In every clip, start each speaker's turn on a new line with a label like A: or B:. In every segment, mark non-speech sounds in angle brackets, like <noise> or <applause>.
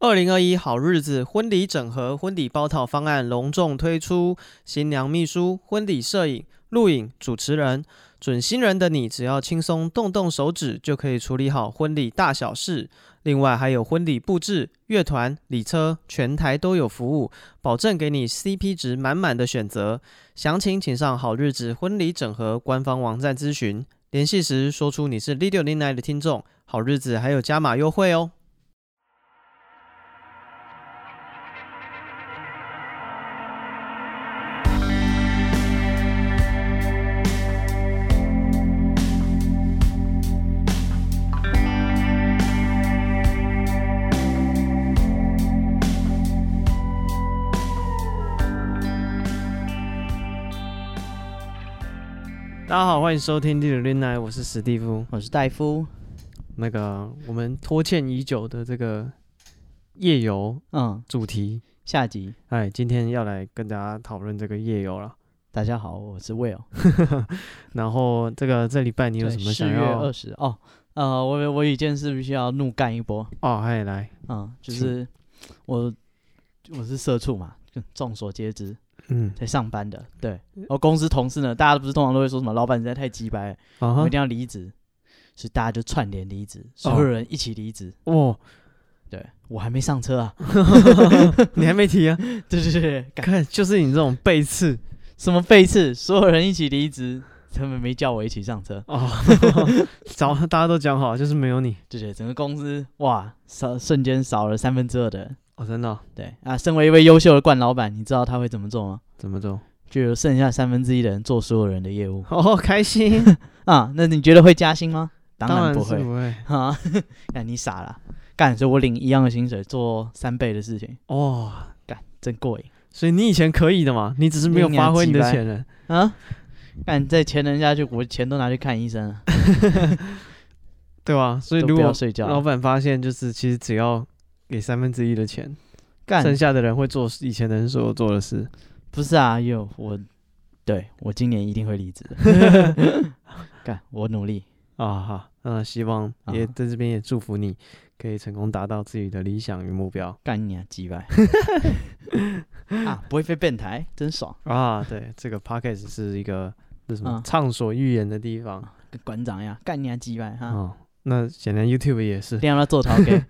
A: 二零二一好日子婚礼整合婚礼包套方案隆重推出，新娘秘书、婚礼摄影、录影、主持人，准新人的你只要轻松动动手指就可以处理好婚礼大小事。另外还有婚礼布置、乐团、礼车，全台都有服务，保证给你 CP 值满满的选择。详情请上好日子婚礼整合官方网站咨询，联系时说出你是 l i d i o 零 i 的听众，好日子还有加码优惠哦。大家好，欢迎收听《第六恋爱》，我是史蒂夫。
B: 我是戴夫。
A: 那个我们拖欠已久的这个夜游
B: 嗯，
A: 主题，
B: 下集
A: 哎，今天要来跟大家讨论这个夜游了。
B: 大家好，我是 Will。
A: <laughs> 然后这个这礼拜你有什么
B: 四
A: 想
B: 月
A: 要
B: 二？十哦，呃，我有我有一件事必须要怒干一波。
A: 哦，嗨，来，
B: 嗯，就
A: 请
B: 是我我是社畜嘛， <laughs> 就众所皆知，
A: 嗯，
B: 在上班的。对，然后公司同事呢，大家不是通常都会说什么老板实在太鸡掰了，
A: 啊
B: 我
A: 哈
B: 一，定要离职，所以大家就串联离职，所
A: 哦
B: 有人一起离职。
A: 哦，
B: 对我还没上车啊， <laughs>
A: 你还没提啊？
B: 对对对对， <laughs> 干
A: 看，就是你这种背刺
B: 什么背刺，所有人一起离职，他们没叫我一起上车。
A: 哦， <laughs> 早大家都讲好，就是没有你
B: 对对，整个公司哇，少瞬间少了三分之二的人。
A: 哦，真的哦
B: 对啊，身为一位优秀的冠老板，你知道他会怎么做吗？
A: 怎么做？
B: 就有剩下三分之一的人做所有人的业务
A: 哦，开心，
B: 啊。那你觉得会加薪吗？当
A: 当然
B: 不
A: 是
B: 会
A: 不会
B: 啊！ <laughs> 那、你傻了，干！所以我领一样的薪水做三倍的事情，
A: 哦。
B: 干真过瘾
A: 所以你以前可以的嘛，你只是没有
B: 你娘
A: 发挥你的
B: 鸡掰
A: 潜能。
B: 啊！干再钱人下去，我钱都拿去看医生了，
A: 对吧？所以
B: 都
A: 如
B: 不要
A: 果
B: 睡觉
A: 老
B: 了。
A: 板发现，就是其实只要给三分之一的钱，
B: 干
A: 剩下的人会做以前的人所有做的事。
B: 不是啊，有我，对我今年一定会离职
A: <laughs>
B: 的。干，我努力。
A: 啊哈，那希望
B: 啊
A: 也在这边也祝福你，可以成功达到自己的理想与目标
B: 干你啊，
A: <laughs>
B: 鸡掰！啊，不会被变态，真爽！
A: 啊！对，这个 p o c k e t 是一个是什么
B: 啊
A: 畅所欲言的地方
B: 跟馆长一样，干你啊，鸡掰哈！
A: 啊。那显然 YouTube 也是，
B: 亮到做陶
A: <laughs>
B: 给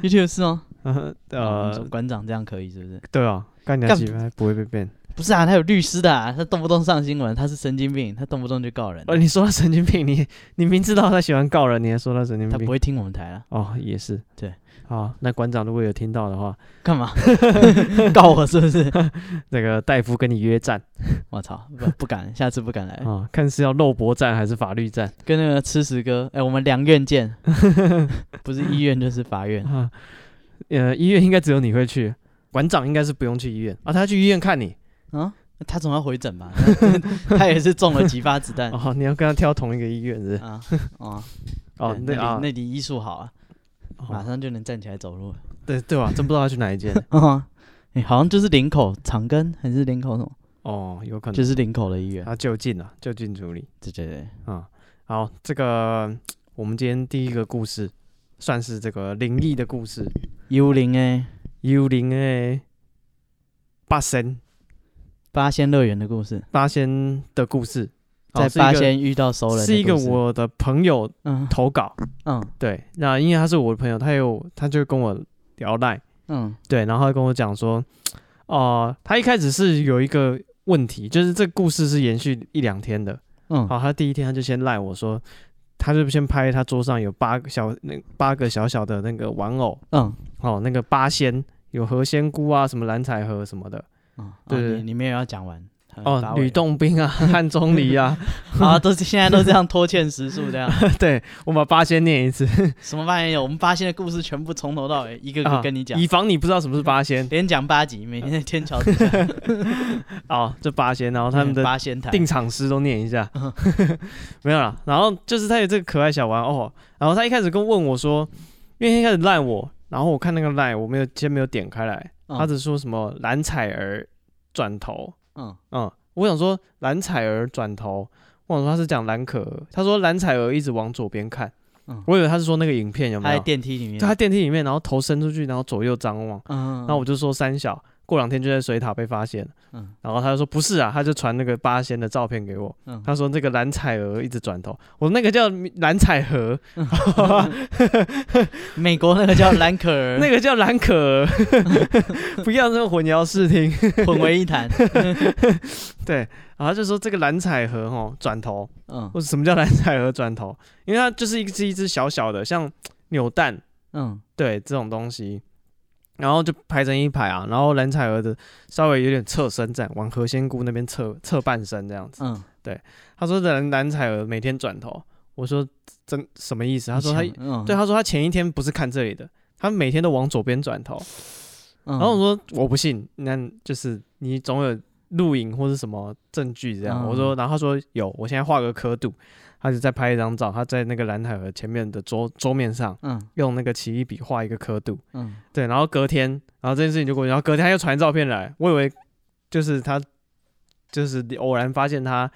B: ，YouTube 是吗？啊你说
A: 呃，
B: 馆长这样可以是不是？
A: 对啊，干掉
B: 干
A: 几拍不会被变。
B: 不是啊，他有律师的、啊，他动不动上新闻，他是神经病，他动不动就告人，
A: 呃，你说他神经病，你你明知道他喜欢告人，你还说他神经
B: 他不
A: 病。
B: 会听我们台了，
A: 哦，也是，
B: 对，
A: 好，那馆长如果有听到的话，<laughs>
B: 干嘛告我是不是？
A: 那个戴夫跟你约战
B: 我操，不不敢，下次不敢来，
A: 啊，看是要肉搏战还是法律战
B: 跟那个吃屎哥，哎、我们两院见， <laughs> 不是医院就是法
A: <laughs>
B: 院，
A: 啊？呃，医院应该只有你会去，馆长应该是不用去医院啊，他去医院看你
B: 啊，他总要回诊吧？他也是中了几发子弹。
A: <laughs> 哦，你要跟他挑同一个医院是不 <laughs> 是？
B: 嗯啊哦
A: 哦，那
B: 对里
A: 啊，
B: 那里医术好啊，
A: 哦
B: 马上就能站起
A: <laughs>
B: 来走路了。
A: 对对吧？真不知道他去哪一间 <laughs>
B: <laughs> 啊，哎，好像就是林口长庚还是林口什么，
A: 哦，有可能
B: 就是林口的医院。
A: 他就近啊，就近处理
B: 对对对，
A: 啊。好，这个我们今天第一个故事算是这个灵异的故事，
B: 幽灵哎，
A: 幽灵诶，八仙
B: 八仙乐园的故事，
A: 八仙的故事，哦
B: 在
A: 是一
B: 八
A: 个
B: 仙遇到熟人的
A: 是一个
B: 故事，
A: 我的朋友
B: 嗯
A: 投稿，
B: 嗯
A: 对，那因为他是我的朋友，他有他就跟我聊赖，
B: 嗯
A: 对，然后他跟我讲说，哦、他一开始是有一个问题，就是这故事是延续一两天的，
B: 嗯，
A: 好，他第一天他就先赖我说，他就先拍他桌上有八个小那八个小小的那个玩偶，
B: 嗯
A: 哦，那个八仙有何仙姑啊，什么蓝采和什么的，
B: 嗯，
A: 对对
B: 对，你没有要讲完
A: 哦，吕， <laughs> 洞宾啊，汉钟离啊，
B: 嗯打尾啊，都是现在都这样拖欠时数
A: <laughs>
B: 这样，
A: 对我把八仙念一次，
B: 什么八仙有，我们八仙的故事全部从头到尾一个个
A: 啊
B: 跟你讲，
A: 以防你不知道什么是八仙
B: 连讲八集，每天在
A: <laughs>
B: 天桥底下
A: 哦，这八仙，然后他们的
B: 八仙台，
A: 定场诗都念一下，
B: 嗯
A: <laughs> 没有啦。然后就是他有这个可爱小玩偶，然后他一开始跟问我说，因为他一开始赖我，然后我看那个赖我没有先没有点开来，
B: 嗯
A: 他只说什么蓝采儿转头，
B: 嗯
A: 嗯，我想说蓝采儿转头，我想说他是讲蓝可儿，他说蓝采儿一直往左边看，
B: 嗯
A: 我以为他是说那个影片有
B: 他
A: 没
B: 在
A: 有？
B: 电梯里面，
A: 就他电梯里面，然后头伸出去，然后左右张望。
B: 嗯，嗯，
A: 那我就说三小，过两天就在水塔被发现。
B: 嗯
A: 然后他就说不是啊，他就传那个八仙的照片给我。
B: 嗯
A: 他说那个蓝采儿一直转头，我说那个叫蓝采和，
B: 美国 <laughs> 那个叫兰可儿，
A: 那个叫蓝可儿， <laughs> 不要这么混淆视听。 <laughs>
B: 个混为一 <laughs> 谈，
A: 对，然后他就说这个蓝采和哈转头，
B: 嗯
A: 或者什么叫蓝采和转头？因为它就是一只一只小小的，像扭蛋
B: 嗯
A: 对这种东西，然后就排成一排啊，然后蓝采儿的稍微有点侧身站，往何仙姑那边侧侧半身这样子。
B: 嗯，
A: 他说蓝蓝采儿每天转头，我说真什么意思？他说他
B: 你想嗯
A: 对，他说他前一天不是看这里的，他每天都往左边转头。
B: 然
A: 然后我说我不信，那就是你总有录影或是什么证据这样。
B: 嗯
A: 我说，然后他说有，我现在画个刻度，他就再拍一张照，他在那个蓝海河前面的桌桌面上
B: 嗯
A: 用那个奇异笔画一个刻度，
B: 嗯
A: 对，然后隔天，然后这件事情就过去，然后隔天他又传照片来，我以为就是他就是偶然发现他。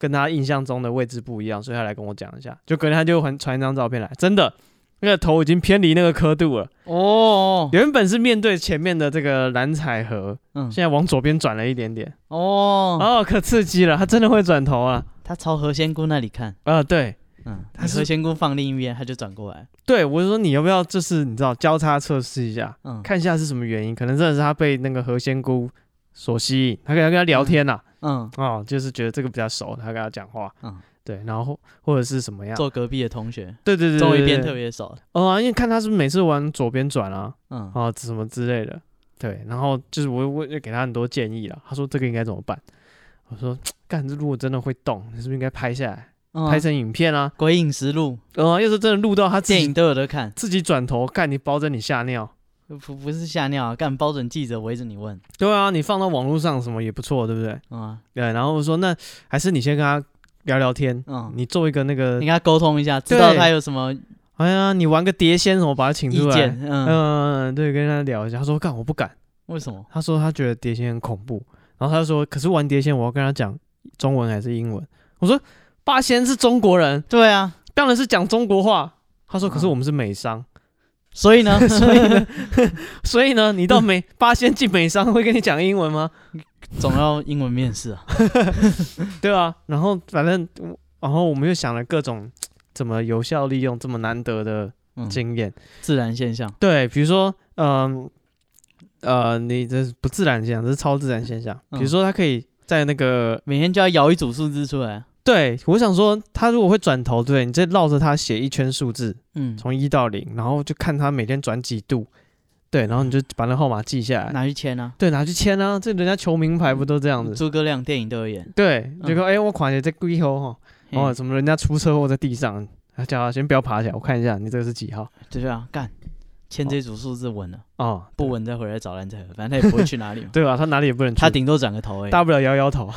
A: 跟他印象中的位置不一样，所以他来跟我讲一下。就隔天他就传传一张照片来，真的，那个头已经偏离那个刻度了。
B: 哦
A: 原本是面对前面的这个蓝采和，
B: 嗯
A: 现在往左边转了一点点，
B: 哦，
A: 哦，可刺激了，他真的会转头啊！
B: 他朝何仙姑那里看，
A: 啊，对，
B: 嗯，
A: 他
B: 你
A: 是
B: 何仙姑放另一边，他就转过来，
A: 对，我就说你要不要就是你知道交叉测试一下，
B: 嗯
A: 看一下是什么原因？可能真的是他被那个何仙姑所吸引，他可能跟他聊天呐、
B: 嗯
A: 哦，就是觉得这个比较熟，他跟他讲话，
B: 嗯，
A: 对，然后或者是什么样？
B: 做隔壁的同学，
A: 对对对，
B: 周一边
A: 边
B: 特别熟，
A: 哦、啊，因为看他是不是每次往左边转啊，
B: 嗯
A: 啊什么之类的，对，然后就是我我就给他很多建议了，他说这个应该怎么办？我说干，这如果真的会动，你是不是应该拍下来，
B: 嗯
A: 拍
B: 《
A: 成影片啊？
B: 鬼影实录》
A: 呃，要是真的录到他自
B: 电
A: 己
B: 影都有得看，
A: 自己转头看你，保证你吓尿。
B: 不不是吓尿啊，干包准记者围着你问，
A: 对啊，你放到网络上什么也不错，对不对？
B: 嗯啊
A: 对，然后我说那还是你先跟他聊聊天，
B: 嗯，
A: 你做一个那个
B: 你，跟他沟通一下，知
A: 对
B: 道他有什么
A: 哎呀，你玩个碟仙什么，把他请出
B: 意
A: 来
B: 见，。
A: 嗯、
B: 嗯，
A: 对，跟他聊一下。他说干，我不敢。
B: 为什么？
A: 他说他觉得碟仙很恐怖，然后他就说，可是玩碟仙我要跟他讲中文还是英文？我说八仙是中国人，
B: 对啊，
A: 当然是讲中国话。他说可是
B: 嗯
A: 我们是美商，
B: 所以呢， <laughs> 所以呢，
A: 所以呢，你到美八仙进美商会跟你讲英文
B: <laughs>
A: 吗？
B: 总要英文面试啊。
A: 对啊，然后反正，然后我们又想了各种怎么有效利用这么难得的
B: 嗯，
A: 经验。
B: 自然现象。
A: 对，比如说，嗯、呃，你这是不自然现象，这是超自然现象。比如
B: 嗯
A: 说，他可以在那个，
B: 每天就要摇一组数字出来。
A: 对我想说，他如果会转头，对你再绕着他写一圈数字，
B: 嗯，
A: 从一到零，然后就看他每天转几度，对，然后你就把那号码记下来，
B: 拿去签啊。
A: 对，拿去签啊，这人家求名牌不都这样子？
B: 诸葛亮电影都有演。
A: 对，
B: 嗯
A: 就说，哎、我款也在龟头哈。哦，
B: 哦，
A: 什么人家出车祸在地上，啊叫他先不要爬起来，我看一下你这个是几号
B: 对啊，干，签这组数字稳了，
A: 哦，。
B: 不稳再回来找蓝采儿，反正他也不会去哪里嘛
A: <laughs> 对吧？啊他哪里也不能去，
B: 他顶多转个头而已，
A: 大不了摇摇头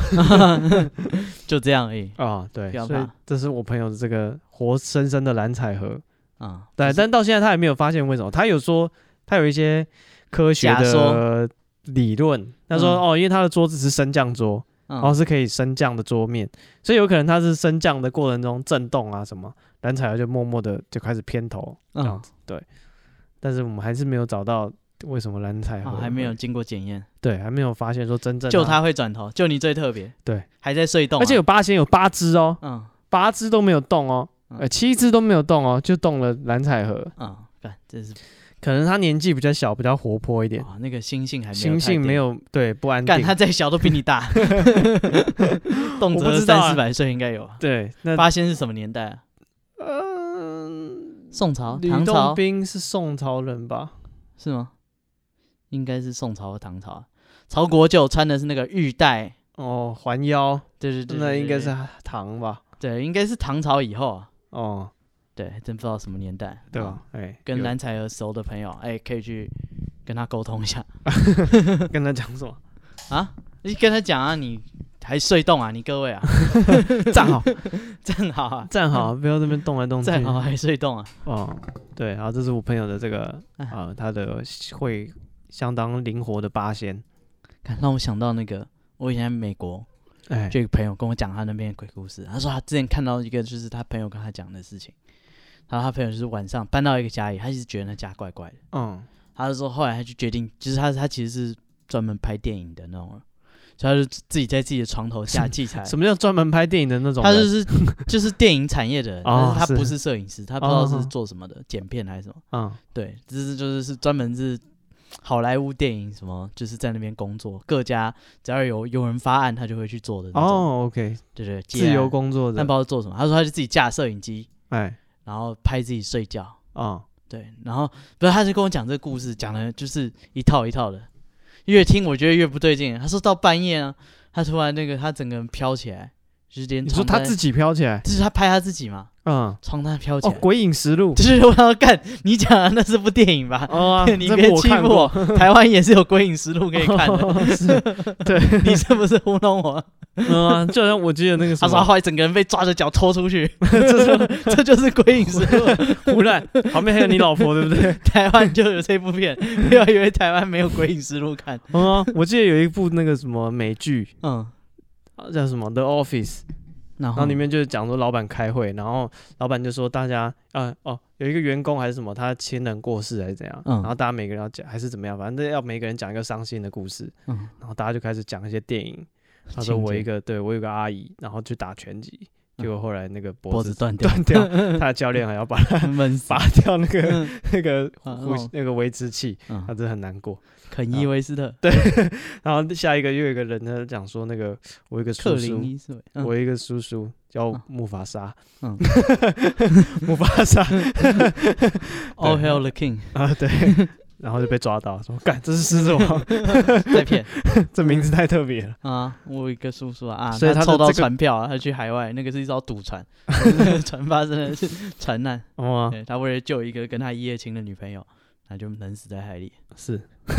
B: 就这样而已。
A: 啊，对
B: 不，要
A: 所以
B: 怕
A: 这是我朋友的这个活生生的蓝采和，
B: 啊，
A: 对，
B: 就是
A: 但到现在他也没有发现为什么，他有说他有一些科学
B: 假
A: 的
B: 说
A: 理论，他说、
B: 嗯
A: 哦，因为他的桌子是升降桌，然后
B: 嗯
A: 哦是可以升降的桌面，所以有可能他是升降的过程中震动啊什么，蓝采和就默默的就开始偏头这样
B: 嗯，
A: 子，对。但是我们还是没有找到为什么蓝采和
B: 啊还没有经过检验，
A: 对，还没有发现说真正
B: 就
A: 它，
B: 他会转头，就你最特别。
A: 对，
B: 还在隧洞啊，
A: 而且有八仙有八只哦，
B: 嗯
A: 八只都没有动哦，
B: 嗯
A: 呃，七只都没有动哦，就动了蓝采和，
B: 嗯，干，这是
A: 可能他年纪比较小，比较活泼一点，
B: 啊，那个心性还没有
A: 心性
B: 太定
A: 没。有对不安
B: 干，
A: 定
B: 他，再小都比你
A: <laughs>
B: 大，动
A: 我不
B: 辄
A: 知道
B: 三
A: 啊
B: 四百岁应该有啊。
A: 对，那
B: 八仙是什么年代啊？
A: 嗯，
B: 宋朝、
A: 吕
B: 唐
A: 洞
B: 朝
A: 宾是宋朝人吧？
B: 是吗？应该是宋朝和唐朝啊。曹国舅穿的是那个玉带，
A: 哦，环腰，
B: 对对对
A: 那
B: 对
A: 应该是
B: 对
A: 唐吧？
B: 对，应该是唐朝以后啊。
A: 哦，
B: 对，真不知道什么年代。
A: 对
B: 啊
A: 吧？哎，
B: 跟
A: 有
B: 蓝采儿熟的朋友，哎，可以去跟他沟通一下
A: <laughs> 跟他讲什
B: <laughs>
A: 么？
B: 啊。你跟他讲啊，你还睡动啊，你各位啊， <laughs>
A: 站好，
B: 站好
A: <laughs>
B: 啊，
A: 站好，不要这边动来动去。
B: 站好还睡动啊。
A: 哦，对，然后这是我朋友的这个
B: 哎
A: 啊、呃他的会相当灵活的八仙，
B: 看，让我想到那个，我以前在美国
A: 哎，
B: 就有一个朋友跟我讲他那边的鬼故事，他说他之前看到一个就是他朋友跟他讲的事情，然后他朋友就是晚上搬到一个家里，他一直觉得那家怪怪的。
A: 嗯，
B: 他就说后来他就决定，就是他他其实是专门拍电影的那种人，所以他就自己在自己的床
A: <laughs>
B: 头架器材。
A: 什么叫专门拍电影的那种
B: 他
A: 人？
B: 就是就是电影产业的人，但
A: 哦
B: 是他
A: 是
B: 不是摄影师，他不知道是做什么的，剪片还是什么。
A: 嗯
B: 对，就是就是是专门是好莱坞电影什么，就是在那边工作，各家只要有有人发案，他就会去做的那种。
A: 哦，OK，
B: 对对，接
A: 自由
B: 案，
A: 工作者
B: 但不，知道做什么。他说他就自己架摄影机，
A: 哎，
B: 然后拍自己睡觉。
A: 哦，
B: 对，然后不是，他就跟我讲这个故事，讲的就是一套一套的，越听我觉得越不对劲。他说到半夜啊，他突然那个他整个人飘起来，就是连
A: 你说
B: 床
A: 他
B: 单
A: 自己飘起来，
B: 就是他拍他自己嘛，
A: 嗯，
B: 床单飘起
A: 哦
B: 来，，
A: 鬼影实录，
B: 就是我要干，你讲的那是部电影吧？
A: <laughs> 哦 <laughs> 啊
B: 你
A: 这
B: 别
A: 部我
B: 欺
A: 看
B: 负
A: 过
B: 我，台湾也是有《鬼影实录》可以看
A: <laughs>
B: 的，
A: 哦是，
B: 你是不是糊弄我？
A: 嗯啊，就像我记得那 <laughs> 个什
B: 他说他
A: 么，
B: 后来整个人被抓着脚拖出
A: <laughs>
B: 去， <laughs> 这是这就是《鬼影实录》，
A: 胡 <laughs> 乱旁边还有你老婆，对不对？
B: <laughs> 台湾就有这部片，不要以为台湾没有《鬼影实录》看，
A: <laughs> 嗯啊，我记得有一部那个什么美剧。
B: 嗯。
A: 啊叫什么 The Office，
B: 然
A: 然
B: 嗯
A: 后里面就是讲说老板开会，然后老板就说大家，呃，哦，有一个员工还是什么，他亲人过世还是怎样，
B: 嗯
A: 然后大家每个人要讲还是怎么样，反正要每个人讲一个伤心的故事，
B: 嗯
A: 然后大家就开始讲一些电影。他
B: 情
A: 说我
B: 节
A: 一个对我有个阿姨，然后去打拳击，结果后来那个脖
B: 嗯脖
A: 子
B: 子断掉，
A: 断掉， <laughs> 他的教练还要把他
B: 闷死
A: <laughs> 拔。掉那个
B: 嗯
A: 那个
B: 啊
A: 呼
B: 哦
A: 那个维持器，他
B: 嗯，
A: 真的很难过。
B: 肯伊威斯特，
A: 然后下一个又有一个人他讲说那个我有一个
B: 克
A: 叔
B: 林
A: 叔，
B: 伊斯韦，嗯
A: 我有一个叔叔叫
B: 嗯
A: 木法沙，
B: 嗯
A: <laughs> 木法
B: <laughs>
A: 沙
B: ，All Hail the King，
A: 啊对，然后就被抓到，说干这是狮子
B: <laughs>
A: 王，<laughs>
B: 在骗
A: 这名字太特别了。
B: 啊！我有一个叔叔啊，啊
A: 所以他
B: 他
A: 的
B: 凑到
A: 这个
B: 船票啊，他去海外，那个是一艘
A: <laughs>
B: 赌船， <laughs> 那个船发生了船难，
A: 哦啊，
B: 对他为了救一个跟他一夜情的女朋友，他就冷死在海里。
A: 是。 <laughs>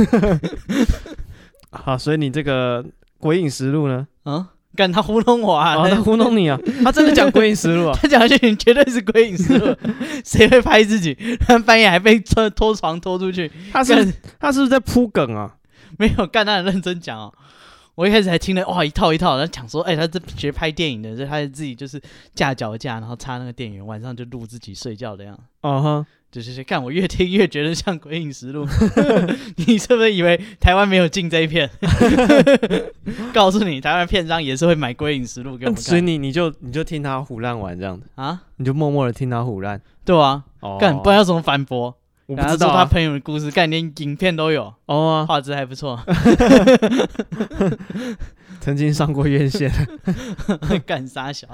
A: 好，所以你这个《鬼影实录》呢？
B: 嗯，干他糊弄我啊！
A: 啊，他
B: <laughs> 他
A: 糊弄你啊！他真的讲《鬼影实录》啊？
B: 他讲的事情绝对是鬼影师， <laughs> 谁会拍自己？ <laughs> 他半夜还被拖拖床拖出去，
A: <laughs> 他是不是他是不是在铺梗啊？
B: 没有干，他很认真讲哦。我一开始还听了哇一套一套，然后讲说，哎、他这学拍电影的，所以他自己就是架脚架，然后插那个电源，晚上就录自己睡觉的样子。
A: 哦哈，
B: 就是干，我越听越觉得像《鬼影实录》， <laughs> 你是不是以为台湾没有进这一片？ <laughs> 告诉你，台湾片商也是会买《鬼影实录》给我
A: 那
B: 们
A: 啊所以
B: 看
A: 你你就你就听他胡乱玩这样子，
B: 啊？
A: 你就默默的听他胡乱。
B: 对啊，
A: 哦
B: 干，不然要怎么反驳？
A: 我不
B: 然后
A: 知
B: 说
A: 道
B: 他
A: 啊。
B: 朋友的故事，干连影片都有，
A: 哦啊，
B: 画质还不错。 <laughs>
A: 曾经上过院线，
B: 干傻小，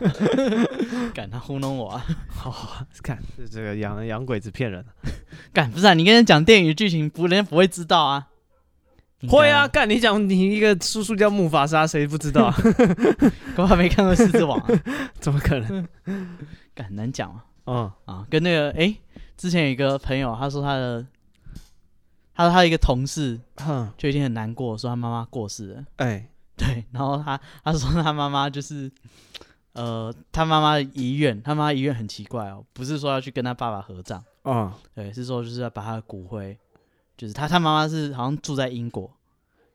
B: <laughs> 干他糊弄我啊！
A: 好啊，看这这个洋洋鬼子骗人，
B: 干不是啊？你跟人讲电影剧情，不人家不会知道啊。
A: 会啊，，干你讲你一个叔叔叫木法沙，谁不知道 <laughs> 啊？
B: 恐怕没看过《狮子王、啊》 <laughs>
A: 怎么可能？
B: 干，很难讲啊。
A: 嗯
B: 啊，跟那个哎、之前有一个朋友，他说他的，他说他一个同事
A: 哼，
B: 就已经很难过，说他妈妈过世了。
A: 哎，
B: 对，然后他他说他妈妈就是，呃，他妈妈的遗愿，他妈妈遗愿很奇怪哦，不是说要去跟他爸爸合葬，
A: 哦，
B: 对，是说就是要把他的骨灰，就是他他妈妈是好像住在英国，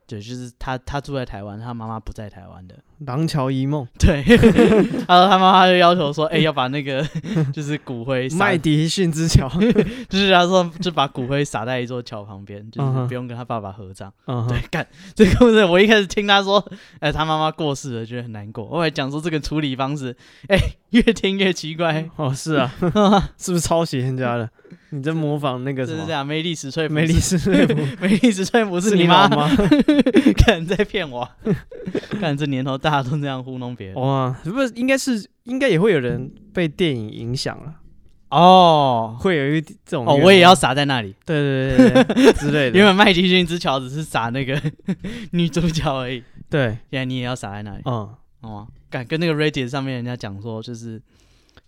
B: 对，就是他他住在台湾，他妈妈不在台湾的，
A: 廊桥遗梦， <laughs>
B: 对，他说他妈妈就要求说，哎、要把那个就是骨灰撒
A: 麦迪逊之桥，
B: 就是他说就把骨灰撒在一座桥旁边，就
A: 嗯
B: 是
A: 哼
B: 不用跟他爸爸合葬。
A: <laughs> 嗯
B: <laughs> 对
A: 哼，，
B: 干这个故事，我一开始听他说，哎、他妈妈过世了，觉得很难过。后来讲说这个处理方式，哎、越听越
A: <laughs>
B: 奇怪， <laughs>
A: 哦是啊，是不是抄袭人家的？你在模仿那个
B: 就
A: 什
B: 是这
A: 么？
B: 样。梅丽史翠普
A: 梅丽
B: 是
A: 史翠 <laughs> 普
B: 梅丽史翠普是你
A: 老
B: 妈？
A: 吗？
B: 干在骗 <laughs> 我？干这年头大家都这样糊弄别人。
A: <laughs> 哇，是不是应该是应该也会有人被电影影响了，
B: 哦
A: 会有一这种
B: 哦，
A: 愿
B: 我也要
A: 望
B: 撒在那里。
A: 对对对对对之 <laughs> 类
B: <laughs> 原
A: 的，
B: 本麦迪逊之桥只是撒那个 <laughs> 女主角而已，
A: 对，
B: 现在你也要撒在那里。
A: 嗯
B: 哦，敢跟那个 Reddit 上面人家讲说，就是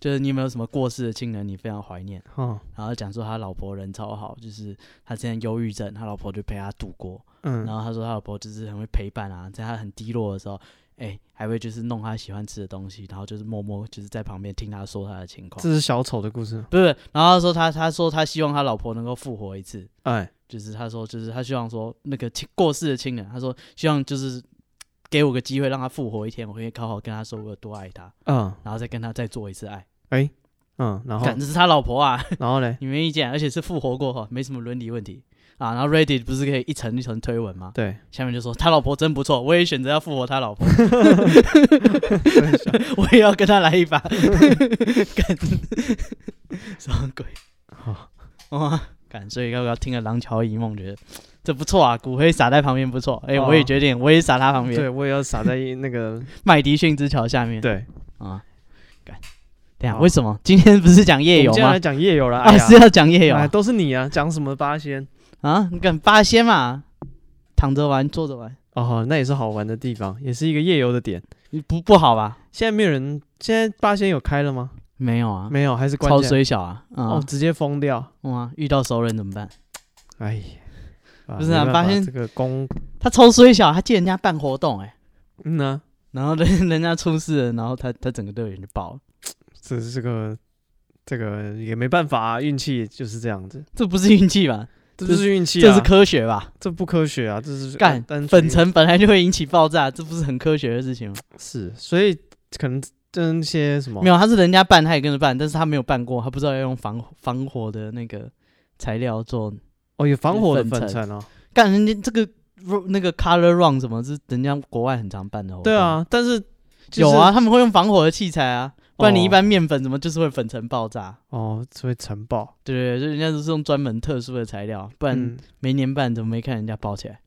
B: 就是你有没有什么过世的亲人你非常怀念？
A: 哦
B: 然后讲说他老婆人超好，就是他之前忧郁症，他老婆就陪他度过。
A: 嗯
B: 然后他说他老婆就是很会陪伴啊，在他很低落的时候，哎、还会就是弄他喜欢吃的东西，然后就是默默就是在旁边听他说他的情况。
A: 这是小丑的故事，
B: 不是，然后他说他他说他希望他老婆能够复活一次，
A: 哎，
B: 就是他说就是他希望说那个亲过世的亲人，他说希望就是给我个机会让他复活一天，我可以好好跟他说我有多爱他。
A: 嗯，
B: 然后再跟他再做一次爱。
A: 哎嗯，然后
B: 干这是他老婆啊，
A: 然后嘞，
B: 你没意见，而且是复活过后没什么伦理问题啊。然后 Reddit 不是可以一层一层推文吗？ <laughs>
A: 对，
B: 下面就说他老婆真不错，我也选择要复活他
A: <laughs>
B: 老婆，我也要跟他来
A: <laughs>
B: 一把，干什么鬼？
A: 好
B: 哦，干，所以刚刚听了《廊桥遗梦》，觉得这不错啊，骨灰撒在旁边不错。哎、
A: 哦
B: 我也决定，我也撒他旁边，
A: 对我也要撒在那
B: <laughs>
A: 个
B: 麦迪逊之桥下面。
A: 对。
B: 啊，干，等一下
A: 好
B: 为什么今天不是讲夜游
A: 我们接下
B: 吗
A: 来？讲夜游了，哎
B: 啊，
A: 呀
B: 是，要讲夜游
A: 哎
B: 啊
A: 都是你啊，讲什么八仙？
B: 啊？你敢八仙嘛？躺着玩，坐着玩，
A: 哦，那也是好玩的地方，也是一个夜游的点。
B: 你不不好吧？
A: 现在没有人，现在八仙有开了吗？
B: 没有啊，
A: 没有，还是关
B: 超
A: 起来
B: 虽小啊，嗯
A: 哦，直接封掉。
B: 哇，遇到熟人怎么办？
A: 哎呀，
B: 不是啊
A: 没办法
B: 八仙
A: 这个公，
B: 他超虽小，他借人家办活动、欸，哎，
A: 嗯呢，
B: 然后人 <laughs> 人家出事了，然后他他整个队员就爆了，
A: 这是这个这个也没办法啊，运气就是这样子，
B: 这不是运气吧？
A: 这
B: 这
A: 就是运气啊，
B: 这是科学吧？
A: 这不科学啊，这是
B: 干
A: 单纯
B: 粉尘本来就会引起爆炸，这不是很科学的事情吗？
A: 是，所以可能跟那些什么
B: 没有，他是人家办，他也跟着办，但是他没有办过，他不知道要用防防火的那个材料做。
A: 哦，有防火的
B: 粉
A: 粉
B: 尘
A: 尘哦，
B: 干人家这个 ro- 那个 color run 什么，是人家国外很常办的。
A: 对，啊，但是就是
B: 有啊，他们会用防火的器材啊，不然你一
A: 哦
B: 般面粉怎么就是会粉尘爆炸？
A: 哦，所以尘爆，
B: 对对对，就人家都是用专门特殊的材料，不然
A: 嗯，
B: 没年半怎么没看人家爆起来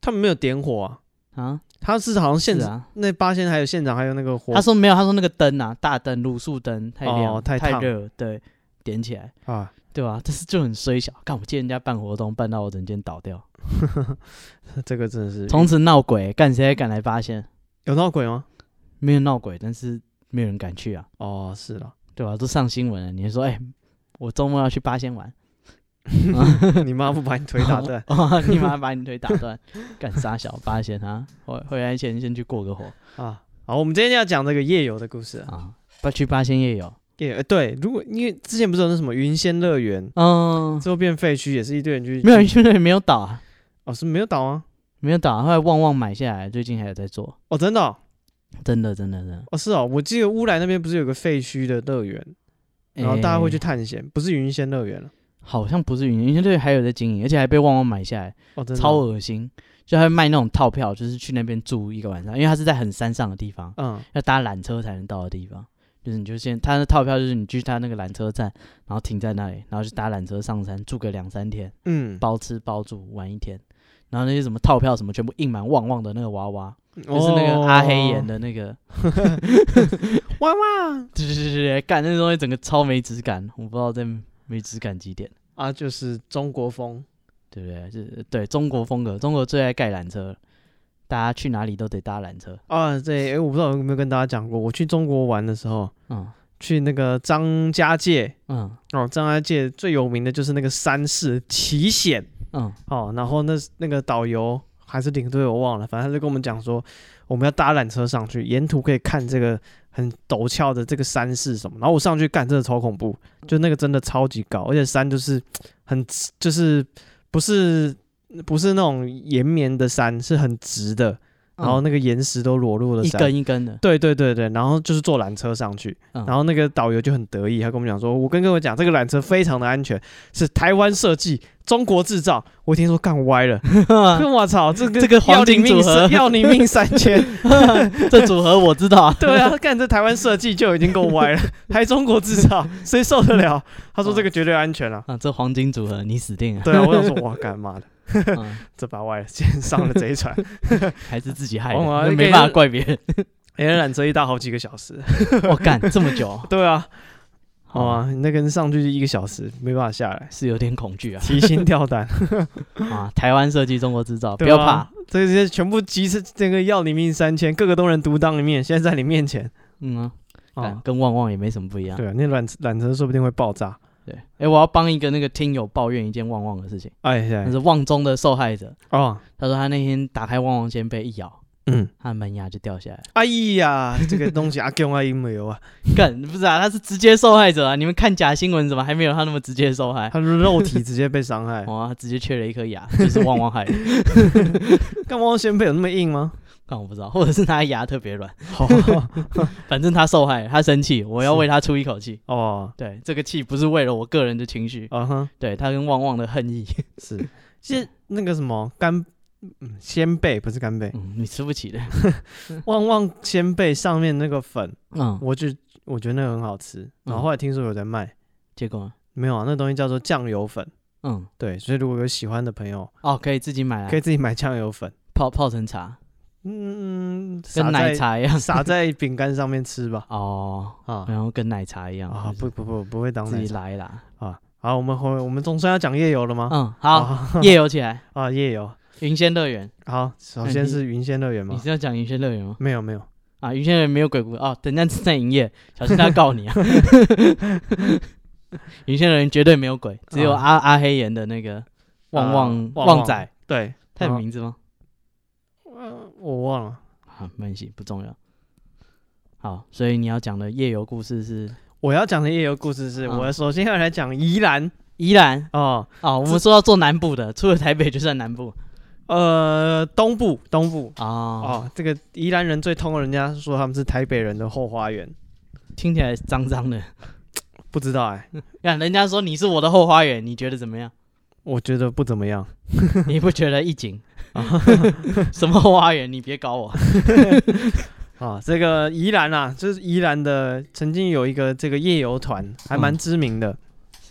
A: 他们没有点火啊，
B: 啊？
A: 他是好像现
B: 是
A: 场
B: 啊，
A: 那八仙还有现场还有那个火
B: 他说没有，他说那个灯啊，大灯卤素灯太亮、
A: 哦太烫
B: 热，对，点起来。
A: 啊， <laughs>
B: 对吧、但是就很衰小，干我借人家办活动，办到我整间倒掉，
A: 这个真的是
B: 从此闹鬼，干谁还敢来八仙？
A: 有闹鬼吗？
B: 没有闹鬼，但是没有人敢去啊，
A: 哦，是了，
B: 对吧、都上新闻了，你还说哎、我周末要去八仙玩，，
A: <laughs> 你妈不把你腿打断
B: <laughs> 哦，你妈把你腿打断，干傻小八仙啊？回回来前先去过个火
A: 啊。好，我们今天要讲这个夜游的故事啊。
B: 啊，不去八仙夜游，
A: 夜、呃对，如果因为之前不是有那什么云仙乐园，
B: 嗯，
A: 之后变废墟，也是一堆人去。
B: 没有人去那里没有倒啊，
A: 哦，是没有倒啊？
B: 没有倒、啊，后来旺旺买下来，最近还有在做，
A: 哦，真的哦，
B: 真的真的真的，
A: 哦是哦，我记得乌来那边不是有个废墟的乐园，然后大家会去
B: 哎，
A: 探险，不是云仙乐园了。啊
B: 好像不是云云仙队还有在经营，而且还被旺旺买下来。
A: 哦，真的哦
B: 超恶心，就他会卖那种套票，就是去那边住一个晚上，因为他是在很山上的地方，
A: 嗯，
B: 要搭缆车才能到的地方。就是你就先，他的套票就是你去他那个缆车站，然后停在那里，然后就搭缆车上山住个两三天，
A: 嗯，
B: 包吃包住玩一天，然后那些什么套票什么全部印满旺旺的那个娃娃，
A: 就
B: 就是那个阿黑演的那个，
A: 娃娃
B: 对对对对对，干那东西整个超没质感，我不知道在没质感几点，
A: 啊，就是中国风。
B: 对不对？就是对中国风格，中国最爱盖缆车了，大家去哪里都得搭缆车，
A: 啊，对，哎，我不知道有没有跟大家讲过，我去中国玩的时候，
B: 嗯
A: 去那个张家界
B: 嗯。
A: 哦，张家界最有名的就是那个山势奇险
B: 嗯，
A: 哦，然后那那个导游还是领队，我忘了，反正他就跟我们讲说，我们要搭缆车上去，沿途可以看这个很陡峭的这个山势什么，然后我上去干，真的超恐怖，就那个真的超级高，而且山就是很直就是不是不是那种延绵的山，是很直的，然
B: 嗯
A: 后那个岩石都裸露的
B: 一
A: 山。
B: 根一根的， <laughs>
A: 对对对对，然后就是坐缆车上去，
B: 嗯
A: 然后那个导游就很得意，他跟我们讲说，我跟各位讲，这个缆车非常的安全，是台湾设计，中国制造。我一听说干歪了，我操，这个
B: <laughs> 这个黄
A: 要你
B: 金
A: 命
B: 组合
A: 三要你命三千，
B: <laughs> 这组合我知道啊。
A: 对啊，干这台湾设计就已经够歪了，还中国制造，谁受得了？他
B: 哦
A: 说这个绝对安全啊。
B: 啊，这黄金组合你死定了，
A: 对啊，我
B: <laughs>
A: 想说，哇，干妈的，
B: 嗯
A: 这把歪了，先上了贼
B: <laughs>
A: 船，
B: 还是自己害的，
A: 哦哇
B: 那
A: 那
B: 没
A: 个
B: 办法怪
A: <laughs>
B: 别人。
A: 连哎缆车一搭好几个小时。
B: 我干这么久，
A: <laughs> 对啊，好
B: 好啊，
A: 啊，你那个人上去一个小时，没办法下来，
B: 是有点恐惧啊
A: 提心吊胆。
B: 啊！台湾设计，中国制哦造，不
A: 对
B: 要
A: 啊
B: 怕，，
A: 这些全部集是这个要你命三千，个个都能独当一面，现在在你面
B: <laughs>
A: 前
B: 嗯啊，干
A: 啊，
B: 跟旺旺也没什么不一样。
A: 对啊，那缆缆车说不定会爆炸。
B: 对，哎，我要帮一个那个听友抱怨一件旺旺的事情，
A: 哎
B: 那
A: 哎
B: 是旺中的受害者。
A: 哦
B: 他说他那天打开旺旺仙贝一咬，
A: 嗯，
B: 他的门牙就掉下来了。 <laughs>
A: 哎呀，这个东西阿公阿姨没有啊，
B: 干，不是啊，他是直接受害者啊！你们看假新闻怎么还没有他那么直接受
A: <laughs>
B: 害？
A: 他的肉体直接被伤害。
B: 哇，他直接缺了一颗牙，就是旺旺害的。 <laughs>
A: 干嘛先辈有那么硬吗？
B: 但我不知道，或者是他的牙特别软，
A: 好
B: 哦反正他受害，他生气，我要
A: 是
B: 为他出一口气。
A: <laughs> 哦，
B: 对，这个气不是为了我个人的情绪，
A: 啊哈，
B: 对他跟旺旺的
A: <laughs>
B: 恨意，
A: 是，其实那个什么干。嗯，鲜贝不是干贝，
B: 嗯，你吃不起的，
A: 旺旺鲜贝上面那个粉，
B: 嗯，
A: 我就我觉得那个很好吃。然后后来听说有在卖，
B: 结果，
A: 没有啊，那东西叫做酱油粉。
B: 嗯，
A: 对，所以如果有喜欢的朋友，
B: 哦，可以自己买
A: 可
B: 来
A: 以自己买酱油粉，
B: 泡泡成茶，
A: 嗯，撒
B: 跟奶
A: 在
B: 茶一
A: <laughs>
B: 样，
A: 撒在饼干上面吃吧。
B: 哦，
A: 啊
B: 然后跟奶茶一样，
A: 啊，
B: 就是
A: 不不不，不会当奶
B: 嗯自己
A: 茶
B: 来啦。
A: 啊。好，我们回我们总算要讲夜游了吗？
B: 嗯，好，
A: 啊
B: 夜游起来，
A: 啊，夜游。
B: 云仙乐园，
A: 好，首
B: 那
A: 先
B: 你
A: 是云仙乐园
B: 你
A: 吗？
B: 是要嗯讲云仙乐园吗？
A: 没有没有，
B: 啊，云仙乐园没有鬼故事哦，等一下在营
A: <laughs>
B: 业，小心他告你啊！ <laughs> 云仙乐园绝对没有鬼，只有
A: 啊
B: 阿阿黑演的那个旺旺
A: 啊旺
B: 旺仔，
A: 对，
B: 他有
A: 啊
B: 名字吗？
A: 我忘了。
B: 啊，没关系，不重要。好，所以你要讲的夜游故事是
A: 我要讲的夜游故事是
B: 啊
A: 我首先要来讲宜兰
B: 宜兰
A: 哦，
B: 哦，我们说要做南部的，除了台北就算南部
A: 呃，东部东部
B: 哦，
A: 哦，这个宜兰人最通，人家说他们是台北人的后花园，
B: 听起来脏脏的。
A: 不知道哎，
B: 看人家说你是我的后花园，你觉得怎么样？
A: 我觉得不怎么样。
B: 你不觉得一景？什么后花园？你别搞我。
A: 啊，这个宜兰啊，就是宜兰的，曾经有一个这个夜游团，还蛮
B: 嗯
A: 知名的、